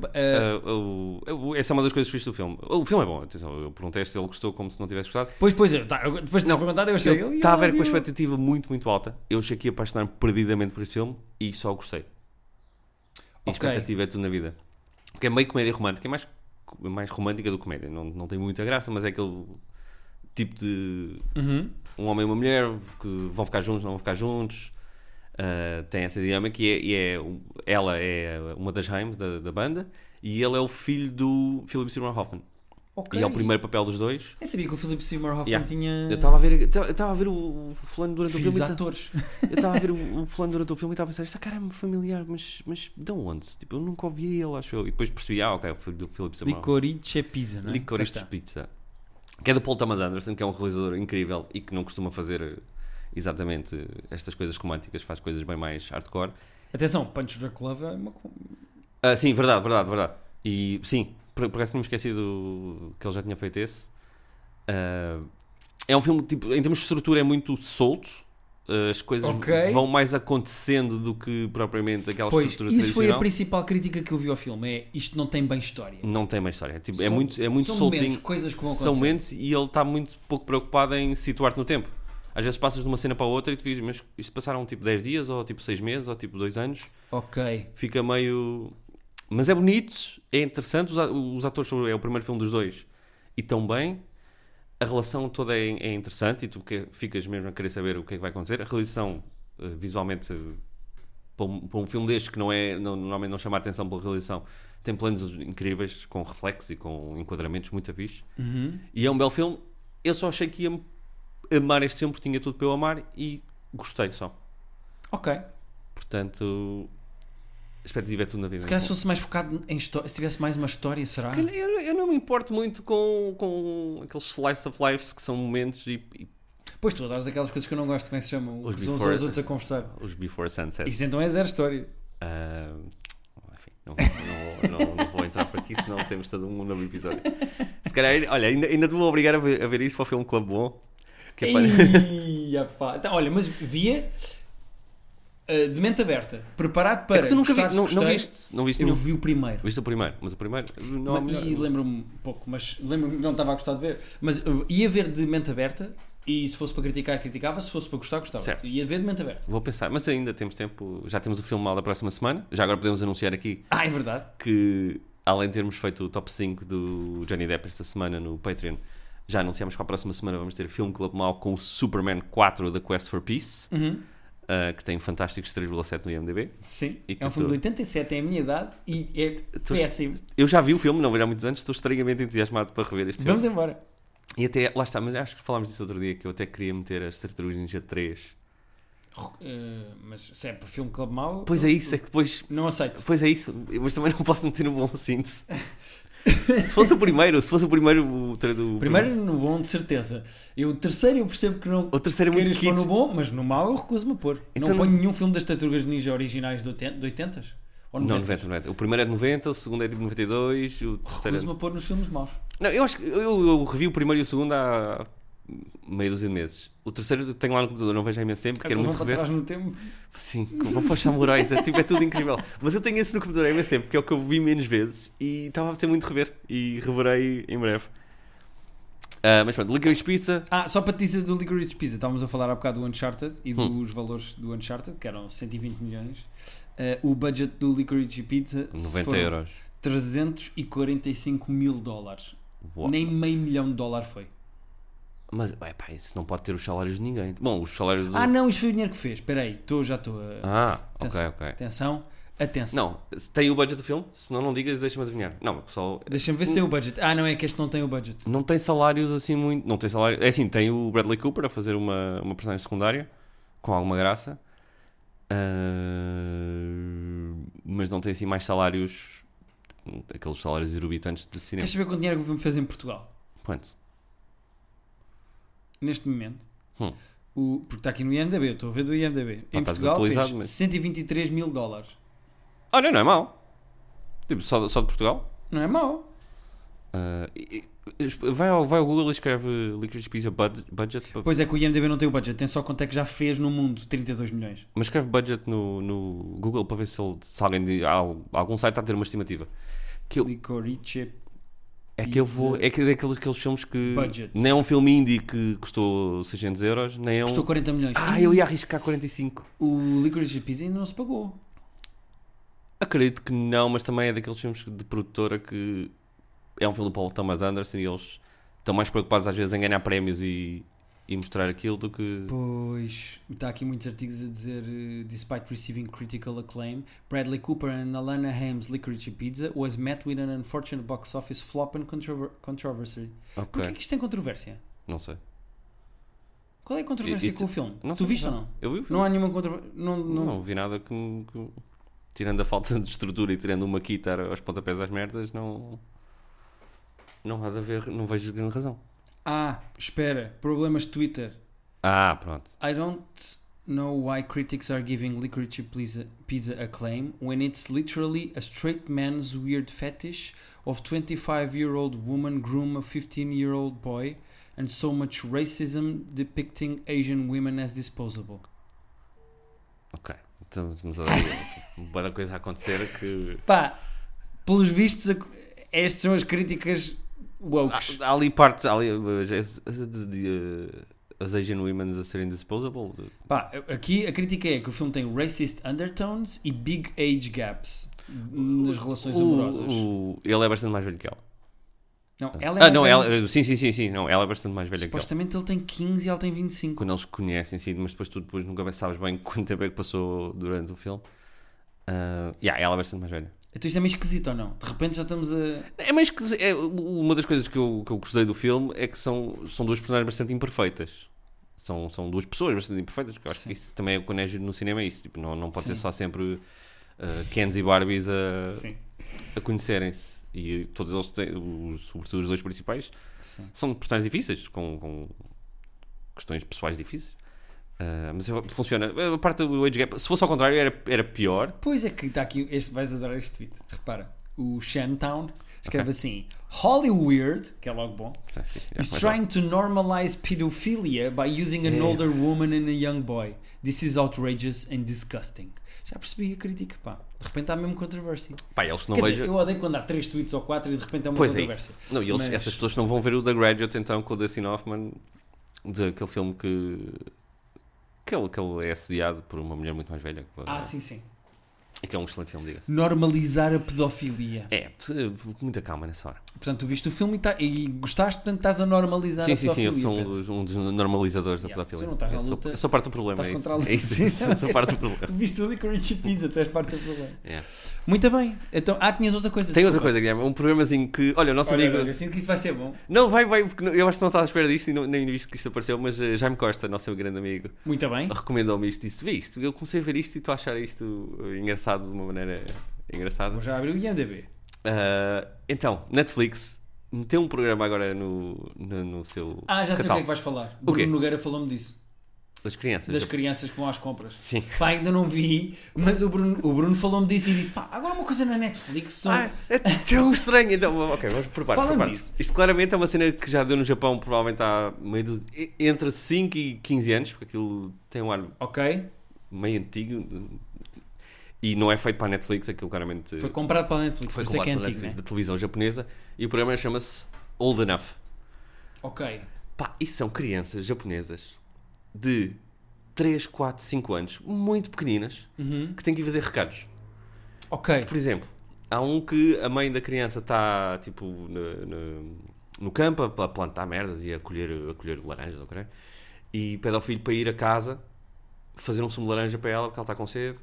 Ah, o- eu- essa é uma das coisas fixas do filme. O filme é bom, atenção, eu perguntei se ele gostou como se não tivesse gostado. Pois, pois, eu- tá, eu- depois de não perguntar, eu achei. Ele "Ele está a ver viu." com a expectativa muito, muito alta. Eu cheguei a apaixonar-me perdidamente por esse filme e só gostei. E Ok. a expectativa é tudo na vida. Porque é meio comédia romântica, é mais, mais romântica do que comédia. Não, não tem muita graça, mas é aquele tipo de Uhum. um homem e uma mulher que vão ficar juntos, não vão ficar juntos. Ah, tem essa dinâmica e, é, e é um- ela é uma das Himes da, da banda e ele é o filho do Philip Seymour Hoffman. Ok. Ah. E é o primeiro papel dos dois. Eu sabia que o Philip Seymour Hoffman Yeah. tinha Eu estava a ver, eu estava a ver o, o fulano durante o filhos filme. e tá- ta- atores. Eu estava a ver o, o fulano durante o filme e estava a pensar, esta cara é familiar, mas, mas de onde? Tipo, eu nunca ouvi ele, acho eu. E depois percebi, ah, ok, foi do Philip Samuel. Licorice Pizza, não é? Licorice Cá está. Pizza. Que é do Paul Thomas Anderson, que é um realizador incrível e que não costuma fazer eh, exatamente eh, estas coisas românticas, faz coisas bem mais hardcore. Atenção, Punch Drunk Love é uma... co- Ah, sim, verdade, verdade, verdade. E sim, por, por acaso tinha esquecido que ele já tinha feito esse. Ah, é um filme, tipo, em termos de estrutura, é muito solto. Ah, As coisas Ok. vão mais acontecendo do que propriamente aquela Pois, estrutura isso foi a tradicional. principal crítica que eu vi ao filme, é isto não tem bem história. Não tem uma história. Tipo, é São- muito, é muito são soltinho. momentos, coisas que vão são acontecer. momentos e ele está muito pouco preocupado em situar-te no tempo. Às vezes passas de uma cena para outra e tu dizes, mas isto passaram tipo 10 dias, ou tipo 6 meses, ou tipo 2 anos. Ok. Fica meio. Mas é bonito, é interessante. Os, a- os atores são- é o primeiro filme dos dois e tão bem. A relação toda é, é interessante e tu que- ficas mesmo a querer saber o que é que vai acontecer. A realização, eh, visualmente, eh, para um, para um filme deste que não é, não- normalmente não chama a atenção pela realização, tem planos incríveis com reflexos e com enquadramentos muito fixe. Uhum. E é um belo filme. Eu só achei que ia amar este filme porque tinha tudo para eu amar e gostei só. Ok. Portanto, a expectativa é tudo na vida. Se calhar se fosse mais focado em história, se tivesse mais uma história, será? Calhar Eu, eu não me importo muito com, com aqueles slice of lives que são momentos e, e Pois tu adoras aquelas coisas que eu não gosto, como é que se chamam? Os que são uns before- aos outros a conversar. os before sunset. Isso então é zero história. Ah, enfim, não, não- não- não vou entrar por aqui, senão temos todo um novo episódio. Se calhar, olha, ainda, ainda te vou obrigar a ver, a ver isso para o filme Club Bom. Que é para- Ia, pá. Então, olha, mas via ah, de mente aberta, preparado para. É que tu nunca vi, gostares, não, não gostei. viste, não viste Eu nenhum. vi o primeiro. Viste o primeiro, mas o primeiro não é o Ma- melhor. e lembro-me um pouco, mas lembro-me que não estava a gostar de ver. Mas eu ia ver de mente aberta e se fosse para criticar, criticava, se fosse para gostar, gostava. Certo. Ia ver de mente aberta. Vou pensar, mas ainda temos tempo. Já temos o filme mal da próxima semana. Já agora podemos anunciar aqui Ah, é verdade. que, além de termos feito o top 5 do Johnny Depp esta semana no Patreon, já anunciamos que para a próxima semana vamos ter Film Club Mal com o Superman 4 da Quest for Peace, Uhum. ah, que tem um fantásticos 3,7 no IMDb. Sim. E É um que filme de tu- 87, é a minha idade e é Tu- péssimo. Eu já vi o filme, não vejo há muitos anos, estou estranhamente entusiasmado para rever este filme. Vamos embora. E até, lá está, mas acho que falámos disso outro dia, que eu até queria meter as Tartarugas Ninja 3. Eh, mas se é para filme Clube Mau, Pois é isso, é que depois não aceito. Pois é isso, mas também não posso meter no bom síntese. se fosse o primeiro, se fosse o primeiro o, tra- do- Primeiro no bom, de certeza. Eu o terceiro eu percebo que não o terceiro é muito queres pôr kid. no bom, mas no mau eu recuso-me a pôr. Então não não- ponho nenhum filme das Tartarugas Ninja originais de 80, de 80 ou Não, 90. 90, 90. O primeiro é de 90, o segundo é tipo 92, o terceiro é... Recuso-me a pôr nos filmes maus. Não, eu acho que eu, eu revi o primeiro e o segundo há meia dúzia de meses. O terceiro eu tenho lá no computador, não vejo há imenso tempo, quero Aquilo é muito vão rever. para trás no tempo. Sim, como vão para os samurais, é, tipo, é tudo incrível. Mas eu tenho esse no computador há imenso tempo, que é o que eu vi menos vezes e estava a ser muito rever. E reverei em breve. Ah, mas pronto, Licorice Pizza, Ah, só para te dizer do Licorice Pizza, estávamos a falar há bocado do Uncharted e Hum. dos valores do Uncharted, que eram 120 milhões. Eh, o budget do Licorice Pizza 90 foram euros. 345 mil dólares. Uau. Nem meio milhão de dólar foi. Mas, ué, pá, isso não pode ter os salários de ninguém. Bom, os salários do... Ah, não, isto foi o dinheiro que fez. Espera aí, tô- já estou a. Uhum. Ah, ok, Atenção. ok. Atenção, atenção. Não, se tem o budget do filme? Se não, não digas, deixa-me adivinhar. Não, o pessoal... Deixa-me ver se tem o budget. Ah, não, é que este não tem o budget. Hum. Não tem salários assim muito... Não tem salário... É assim, tem o Bradley Cooper a fazer uma, uma personagem secundária, com alguma graça. Ah, Mas não tem assim mais salários... Aqueles salários exorbitantes de cinema. Queres saber quanto dinheiro é que o filme fez em Portugal? Quanto? Neste momento. Hum. tá O, porque está aqui no IMDB, eu estou a ver do IMDB. em Não estás Portugal fez atualizado, mas- 123 mil dólares. Olha, não é mau. Tipo, só, só de Portugal. Não é mau. Ah, e- e- vai, ao, vai ao Google e escreve Licorice Pizza bud- budget, pa- Pois é que o IMDB não tem o budget, tem só quanto é que já fez no mundo, 32 milhões. mas escreve budget no, no Google para ver se, ele- se alguém de, al- algum site está a ter uma estimativa. Que eu- Licorice. é que eu vou. É que é daqueles, aqueles filmes que. Budget. Nem é um filme indie que custou 600 euros, nem é um. Custou 40 milhões. Ah, eu ia arriscar 45. O Licorice Pizza ainda não se pagou. Acredito que não, mas também é daqueles filmes de produtora que. É um filme do Paul Thomas Anderson e eles estão mais preocupados às vezes em ganhar prémios e e mostrar aquilo do que. Pois, está aqui muitos artigos a dizer eh, Despite receiving critical acclaim, Bradley Cooper and Alana Hames' Licorice Pizza was met with an unfortunate box office flop and controver- controversy. Ok, Porquê que isto tem controvérsia? não sei. Qual é a controvérsia E- e com o filme? não tu sei, viste não. ou não? Eu vi o filme. Não há nenhuma controvérsia. Não, não- Não, vi nada que, me- que me- Tirando a falta de estrutura e tirando uma guitar aos pontapés às merdas, não. Não há de haver. Não vejo grande razão. Ah, espera, problemas de Twitter. Ah, pronto. I don't know why critics are giving Licorice Pizza, pizza acclaim when it's literally a straight man's weird fetish of 25 year old woman groom a 15 year old boy and so much racism depicting Asian women as disposable. Ok. Então, Estamos a dar uma boa coisa a acontecer que. Pá, pelos vistos, a- estas são as críticas wokes. Há, há ali partes. há ali, eh, de- de- de, eh, as Asian women a serem disposable. de- Pá, aqui a crítica é que o filme tem racist undertones e big age gaps Uh, nas relações O- amorosas. o- ele é bastante mais velho que ela. Não, ela é uh. ah, mais não, velha. ela. Sim, sim, sim, sim. Não, ela é bastante mais velha que ele. Supostamente ele tem 15 e ela tem 25. quando eles se conhecem, sim, mas depois tu depois nunca mais sabes bem quanto tempo é que passou durante o filme. Ah, yeah, ela é bastante mais velha. Então isto é meio esquisito ou não? De repente já estamos a. É mais que é, uma das coisas que eu, que eu gostei do filme é que são, são duas personagens bastante imperfeitas. São, são duas pessoas bastante imperfeitas, porque eu acho Sim. que isso também é quando é giro no cinema é isso. Tipo, não, não pode ser Sim. só sempre ah, Kens e Barbies a, Sim. a conhecerem-se. E todos eles têm, os, sobretudo os dois principais, Sim. são personagens difíceis, com, com questões pessoais difíceis. Ah, mas eu- funciona. A parte do age gap, se fosse ao contrário, era, era pior. Pois é que está aqui. Este, vais adorar este tweet. Repara. O Shantown escreve assim: Holly Weird, que é logo bom, is trying to normalize pedophilia by using an É. older woman and a young boy. This is outrageous and disgusting. Já percebi a crítica, pá. De repente há mesmo controvérsia. Pá, eles não é- Quer vejam. dizer, eu odeio quando há três tweets ou quatro e de repente é uma Pois é, controvérsia. isso. Não, e eles- Mas- essas pessoas não vão ver o The Graduate então com o Dustin Hoffman, daquele filme que. que ele, que ele é assediado por uma mulher muito mais velha. que- Ah, sim, sim. E que é um excelente filme, diga-se. Normalizar a pedofilia. É, se- muita calma nessa hora. Portanto, tu viste o filme e, tá- e gostaste, portanto estás a normalizar sim, a sim, sim, eu pedofilia, sou um Pedro. dos, um dos normalizadores Yeah, da pedofilia. tu não estás na Eu sou- luta, eu sou parte do problema, estás é contra a isso. luta. É isso, é isso, eu sou parte do problema. Tu viste o Licorice Pizza, tu és parte do problema. É. Muito bem. Então, ah, tinhas outra coisa. Tem outra desculpa. coisa, Guilherme, um programazinho que. Olha, o nosso Olha, amigo. olha, sinto que isto vai ser bom. Não, vai, vai, porque não- eu acho que não estava à espera disto e não, nem visto que isto apareceu, mas eh, Jaime Costa, nosso grande amigo, Muito bem. recomendou-me isto e disse: Viste, eu comecei a ver isto e estou a achar isto eh, engraçado de uma maneira engraçada. Vou já abrir o IMDB. Ah, então, Netflix meteu um programa agora no, no, no seu. Ah, já sei o que é catálogo que vais falar. Então, O quê? Bruno Nogueira falou-me disso. Das crianças. Das crianças que vão às compras. Sim. Pá, ainda não vi, mas o Bruno, o Bruno falou-me disso e disse: pá, agora uma coisa na Netflix. São... Ah, é tão estranho. Então, ok, vamos por partes. por Fala-me partes. disso. Isto claramente é uma cena que já deu no Japão, provavelmente há meio do, entre 5 e 15 anos, porque aquilo tem um ar Ok. meio antigo e não é feito para a Netflix, aquilo claramente Foi comprado pela Netflix, por isso é que é colado pela antigo, Netflix, né? da televisão japonesa e o programa chama-se Old Enough. Ok. Pá, e são crianças japonesas de 3, 4, 5 anos, muito pequeninas, Uhum. que têm que ir fazer recados. Ok. Por exemplo, há um que a mãe da criança está tipo no, no- no campo a a plantar merdas e a colher, a colher laranjas, ok? E pede ao filho para ir a casa fazer um sumo de laranja para ela porque ela está com sede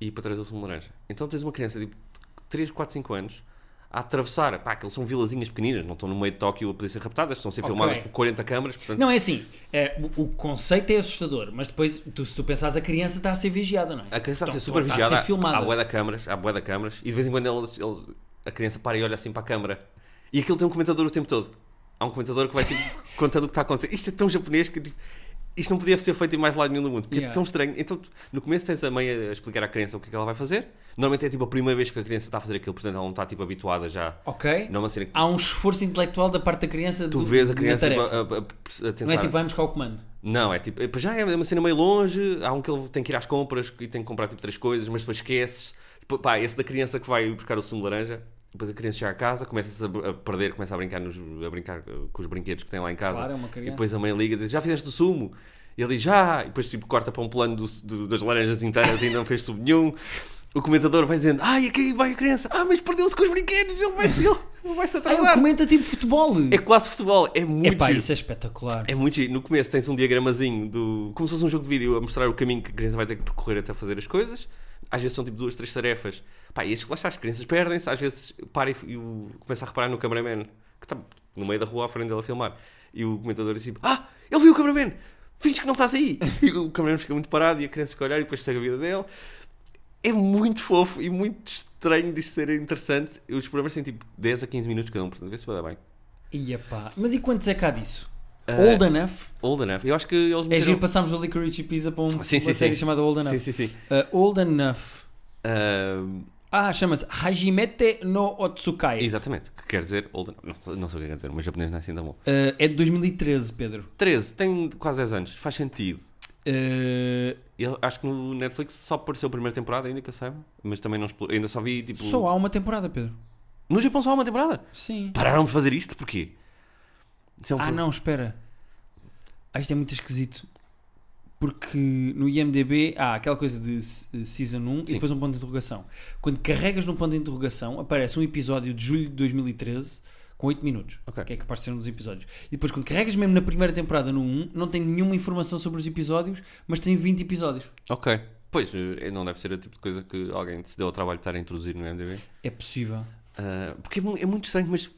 e para trazer o sumo de laranja. Então tens uma criança de tipo 3, 4, 5 anos a atravessar, pá, aqueles são vilazinhas pequeninas, não estão no meio de Tóquio a poder ser raptadas, estão a ser Ok. filmadas por 40 câmaras, portanto, Não, é assim, é, o, o conceito é assustador, mas depois, tu- se tu pensares, a criança está a ser vigiada, não é? a criança está a ser Então, super está vigiada, Ah, a ser filmada. há bué de câmaras, há bué de câmaras, e de vez em quando eles, eles- a criança para e olha assim para a câmara. E aquilo tem um comentador o tempo todo. Há um comentador que vai tipo, contando o que está a acontecer. Isto é tão japonês que tipo, isto não podia ser feito em mais lado nenhum do mundo, porque Yeah. é tão estranho. Então, tu- no começo tens a mãe a explicar à criança o que é que ela vai fazer. Normalmente é tipo a primeira vez que a criança está a fazer aquilo, portanto ela não está tipo habituada já. Ok? Não é uma cena que Há um esforço intelectual da parte da criança tu do- vês na a criança tipo, tarefa. a, a- a- a tentar. Não é tipo, vai buscar o comando. Não, é tipo, pois já é uma cena meio longe, há um que ele tem que ir às compras e tem que comprar tipo três coisas, mas depois esqueces. Depois, pá, esse da criança que vai buscar o sumo de laranja, depois a criança chega a casa, começa-se a br- a perder, começa a brincar, nos- a brincar eh, com os brinquedos que tem lá em casa. Claro, é uma criança. E depois a mãe liga e diz, já fizeste o sumo? E ele diz, já! E depois tipo, corta para um plano do- do- das laranjas inteiras e ainda não fez sumo nenhum. O comentador vai dizendo, ai, aqui vai a criança, ah, mas perdeu-se com os brinquedos, ele vai se... ele-" Não vai-se Ah, ele atrasar. comenta tipo futebol. É quase futebol, é É muito pá, giro. isso é espetacular. É muito giro. No começo tens um diagramazinho do. Como se fosse um jogo de vídeo a mostrar o caminho que a criança vai ter que percorrer até fazer as coisas. Às vezes são tipo duas, três tarefas. Pá, e estes lá está, as crianças perdem-se, às vezes para e, e o, começa a reparar no cameraman que está no meio da rua à frente dela a filmar. E o comentador diz tipo: Ah, ele viu o cameraman! Finge que não estás aí! E o cameraman fica muito parado e a criança fica a olhar e depois segue a vida dele. É muito fofo e muito estranho de ser interessante. Os programas têm tipo 10 a 15 minutos cada um, portanto, vê se vai dar bem. E epá, mas e quantos é que há disso? Ah, Old Enough. Old enough. Eu acho que eles É meteram- giro, passámos do Licorice Pizza para um- uma Sim, sim, série sim. chamada Old Enough. Sim, sim, sim. Ah, Old Enough. Ahm, Ah, chama-se Hajimete no Otsukai. exatamente, que quer dizer old enough. Não, sei- não sei o que quer dizer, mas japonês não é assim tão bom. Ah, é de 2013, Pedro. 13, tem quase 10 anos, faz sentido. Ah, Eu acho que no Netflix só apareceu a primeira temporada, ainda que eu saiba, mas também não explorou. Ainda só vi tipo. só há uma temporada, Pedro. Tá No Japão só há uma temporada. Sim. Pararam de fazer isto? Porquê? Isso é um Ah, pro- não, espera. Ah, isto é muito esquisito. Porque no IMDB há aquela coisa de s- Season 1 e Sim. depois um ponto de interrogação. Quando carregas num ponto de interrogação, aparece um episódio de julho de 2013 com 8 minutos. Ok. Que é que apareceram nos episódios. E depois, quando carregas mesmo na primeira temporada no 1, não tem nenhuma informação sobre os episódios, mas tem 20 episódios. Ok. Pois, eh, não deve ser o tipo de coisa que alguém se deu ao trabalho de estar a introduzir no MDB. É possível. Ah, porque é, mu- é muito estranho, mas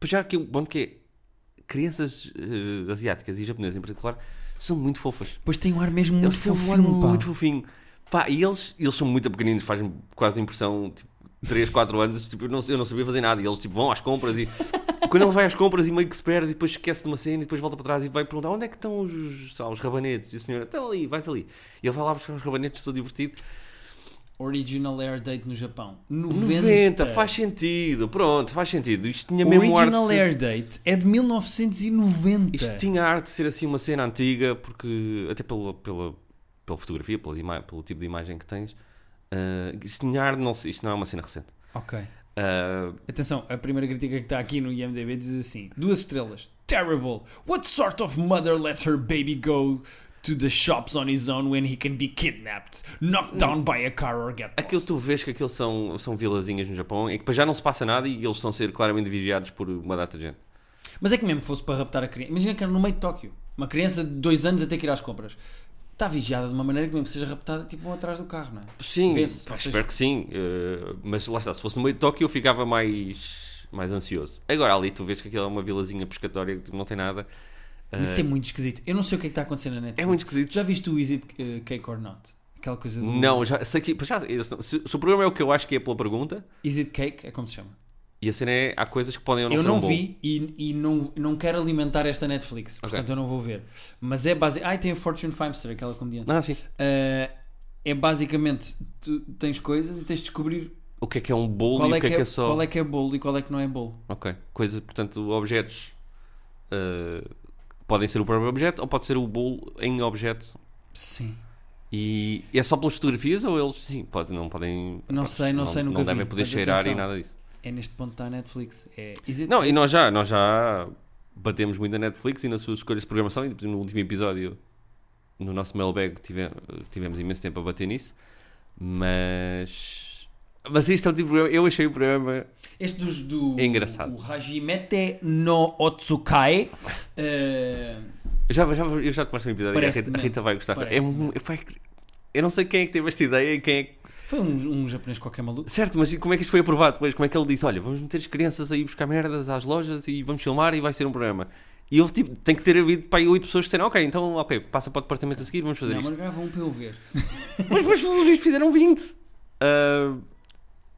pois já que o bom que é crianças eh, asiáticas e japonesas em particular são muito fofas. Pois tem um ar mesmo muito Eles têm um ar fofinho, pá. muito fofinho. Pá, e eles, eles são muito pequeninos, fazem quase impressão, tipo, 3, 4 anos, tipo, eu não, eu não sabia fazer nada. E eles, tipo, vão às compras e... Quando ele vai às compras e meio que se perde e depois esquece de uma cena e depois volta para trás e vai perguntar onde é que estão os, sei lá, os rabanetes? E a senhora, estão ali, vais ali. E ele vai lá buscar os rabanetes, estou divertido. Original Air Date no Japão. 90, faz sentido, pronto, faz sentido. Isto tinha mesmo um ar de Original ser- Air Date é de 1990. Isto tinha a arte de ser assim uma cena antiga, porque até pela, pela, pela fotografia, pelas ima- pelo tipo de imagem que tens, ah, isto tinha a arte de não, ser- isto não é uma cena recente. Ok. Ah, Atenção, a primeira crítica que está aqui no IMDb diz assim: duas estrelas. Terrible. What sort of mother lets her baby go to the shops on his own when he can be kidnapped, knocked down by a car or get lost? aquilo que tu vês que aquilo são, são vilazinhas no Japão, é que depois já não se passa nada e eles estão a ser claramente vigiados por uma data de gente. Mas é que mesmo que fosse para raptar a criança. Imagina que era no meio de Tóquio. Uma criança de dois anos a ter que ir às compras. Está vigiada de uma maneira que mesmo que seja raptada, tipo, vão atrás do carro, não é? Sim, Vê-se, pá, vocês- espero que sim. eh, mas lá está, se fosse no meio de Tóquio eu ficava mais, mais ansioso. Agora ali tu vês que aquilo é uma vilazinha pescatória que tipo, não tem nada. Mas isso é muito esquisito. Eu não sei o que é que está acontecendo na Netflix. Ah. É muito esquisito. Tu já viste o Is It eh, Cake or Not? Aquela coisa do. Não, já, sei que, já, esse- se, se o problema é o que eu acho que é pela pergunta, Is It Cake? É como se chama. E a cena é, há coisas que podem ou não eu ser não um bom. vi e, e não, não quero alimentar esta Netflix, portanto eu não vou ver. Mas é base. Ai, tem a Fortune Feimster, aquela comediante. Ah, sim. Ah, é basicamente, tu tens coisas e tens de descobrir O que é que é um bolo qual e é, o que é que é só... qual é que é bolo e qual é que não é bolo. Ok. Coisas, portanto, objetos ah, podem ser o próprio objeto ou pode ser o bolo em objeto. Sim. E é só pelas fotografias ou eles, sim, podem, não podem... Não sei, não sei, nunca Não vi, devem poder mas cheirar e atenção. nada disso. É neste ponto que está a Netflix. É, is it- Não, e nós já, nós já batemos muito na Netflix e nas suas escolhas de programação e no último episódio, no nosso mailbag, tive- tivemos imenso tempo a bater nisso, mas... Mas isto é um tipo de programa, eu achei o programa Este dos, do. É engraçado. O Hajimete no Otsukai. ah, Já, já, eu já te mostro um episódio e a Parece Rita, a demente. Rita vai gostar. Parece É um- vai- eu não sei quem é que teve esta ideia e quem é que... foi um, um japonês qualquer maluco. Certo, mas e como é que isto foi aprovado depois? Como é que ele disse, olha, vamos meter as crianças aí buscar merdas às lojas e vamos filmar e vai ser um programa. E houve, tipo, tem que ter havido para aí oito pessoas que disseram, ok, então, ok, passa para o departamento a seguir, vamos fazer Não, isto. mas grava um para eu ver. Mas, mas pelo visto fizeram 20. Ah,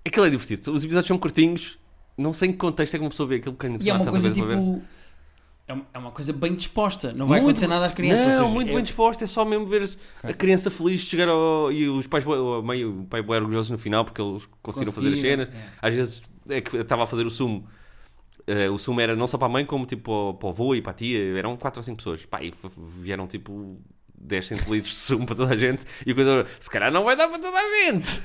aquilo é divertido. Os episódios são curtinhos. Não sei em que contexto é que uma pessoa vê aquilo que E é uma coisa tipo. É uma, é uma coisa bem disposta. Não vai Muito- acontecer nada às crianças. Não, ou seja, muito é- bem disposto. É só mesmo ver a criança feliz de chegar ao. E os pais, bué- ou a mãe, e o pai bué orgulhoso no final porque eles conseguiram fazer as Conseguiram, cenas. Às vezes é que eu estava a fazer o sumo. Eh, o sumo era não só para a mãe, como tipo para o- para o avô e para a tia. Eram 4 ou 5 pessoas. Pá, e f- vieram tipo 10 centilitros de sumo para toda a gente. E o contador, se calhar não vai dar para toda a gente.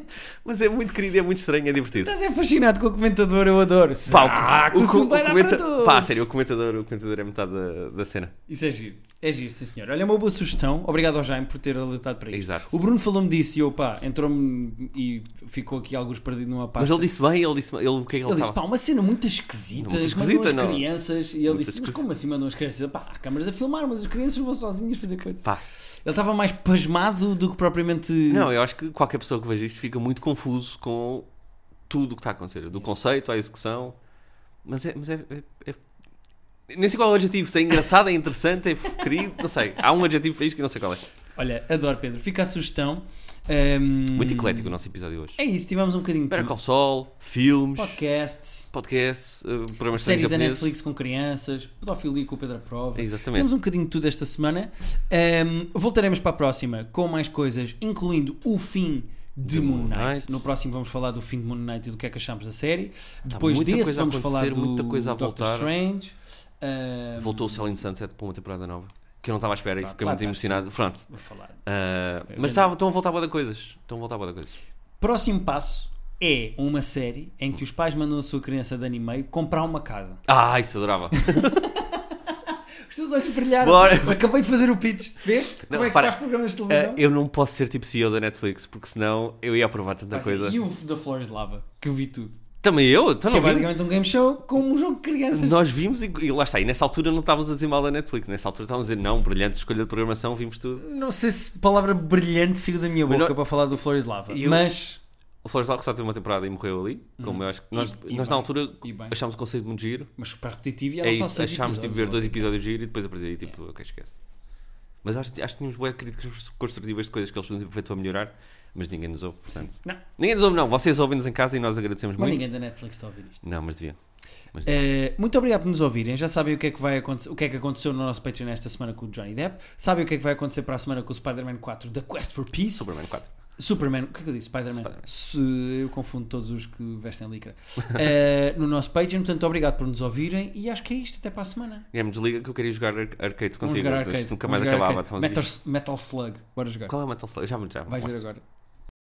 Mas é muito querido, é muito estranho, é divertido. Estás é fascinado com o comentador, eu adoro. Pá, Saco, o, co- Ah, o, sumo vai dar para comenta- todos. pá, sério, o comentador, o comentador é metade é da, da cena. Isso é giro. É giro, sim senhor. Olha, é uma boa sugestão. Obrigado ao Jaime por ter alertado para isso. Exato. O Bruno falou-me disso e eu, pá, entrou-me e ficou aqui alguns perdido numa Mas pasta. ele disse bem, ele disse ele, o que é que ele, Ele disse, estava? pá, uma cena muito esquisita. Muito mandam esquisita, as não. crianças. E ele Muito disse, mas esquisita. como assim mandam as crianças? Pá, há câmaras a filmar, mas as crianças vão sozinhas fazer coisas. Pá, Ele estava mais pasmado do que propriamente... Não, eu acho que qualquer pessoa que veja isto fica muito confuso com tudo o que está a acontecer, do conceito à execução. Mas é. Mas é, é- é- Nem sei qual é o adjetivo, se é engraçado, é interessante, é querido, não sei. Há um adjetivo para isto que eu não sei qual é. Olha, adoro, Pedro. Fica a sugestão. Ahm, Muito eclético o nosso episódio hoje. É isso, tivemos um bocadinho de Better tudo. Call Sol, filmes, podcasts, podcasts, eh, programas de séries da japoneses. Netflix com crianças, pedofilia com o Pedro à Prova. Exatamente. Temos um bocadinho de tudo esta semana. Ahm, voltaremos para a próxima com mais coisas, incluindo o fim de De Moon Moon Knight. Knight. Tá No próximo vamos falar do fim de Moon Knight e do que é que achamos da série. Depois muita desse coisa a vamos falar acontecer, do muita coisa a Doctor voltar. Strange. Ahm, Voltou o Selling Sunset para uma temporada nova, que eu não estava à espera e Pá, fiquei lá muito está. emocionado. Pronto. Vou falar. Ah, Eu mas também. tá- estão a voltar a boa coisas. Estão a voltar a boa coisas. Próximo passo é uma série em que os pais mandam a sua criança de anime comprar uma casa. Ah, isso adorava. Os teus olhos brilharam. Bora. Acabei de fazer o pitch. Vês? Como Não, é que repara, se faz programas de Ah, televisão? eu não posso ser tipo CEO da Netflix, porque senão eu ia aprovar tanta Vai ser. coisa. Tá assim, E o da Flores Lava, que eu vi tudo. Também eu? Então que é não vimos. basicamente um game show com um jogo de crianças. Nós vimos e, e lá está. E nessa altura não estávamos a dizer mal da Netflix. Nessa altura estávamos a dizer, não, brilhante escolha de programação, vimos tudo. Não sei se a palavra brilhante saiu da minha Mas boca não- para falar do Flores Lava, E eu- mas... O Flores Locke só teve uma temporada e morreu ali. Como eu acho que nós, Uhum. e bem. nós na altura E bem. achámos o conceito muito giro. Mas super repetitivo e É eram só isso. seis Achámos tipo, episódios, É. ver dois não é? episódios giro e depois a partir daí tipo, ok, esquece. Mas acho, acho que tínhamos boas críticas construtivas de coisas que eles podiam ter feito a melhorar, mas ninguém nos ouve, portanto. Não, Ninguém nos ouve, não. Vocês ouvem-nos em casa e nós agradecemos mas muito. ninguém da Netflix está a ouvir isto. Não, mas devia. Eh, muito obrigado por nos ouvirem. Já sabem o que é que vai acontecer, o que é que aconteceu no nosso Patreon esta semana com o Johnny Depp. Sabem o que é que vai acontecer para a semana com o Spider-Man 4 The Quest for Peace. Superman 4. Superman, o que é que eu disse? Spider-Man. Spider-Man. Se eu confundo todos os que vestem licra. Eh, no nosso Patreon, portanto, obrigado por nos ouvirem e acho que é isto. Até para a semana. Guilherme, É, desliga que eu queria jogar ar- arcades Vamos contigo. jogar Isto arcade. Nunca Vamos mais jogar acabava. arcade. Estamos a Metal, Metal Slug. Bora jogar. Qual é o Metal Slug? Já, me- já. me Vais ver mostras. agora.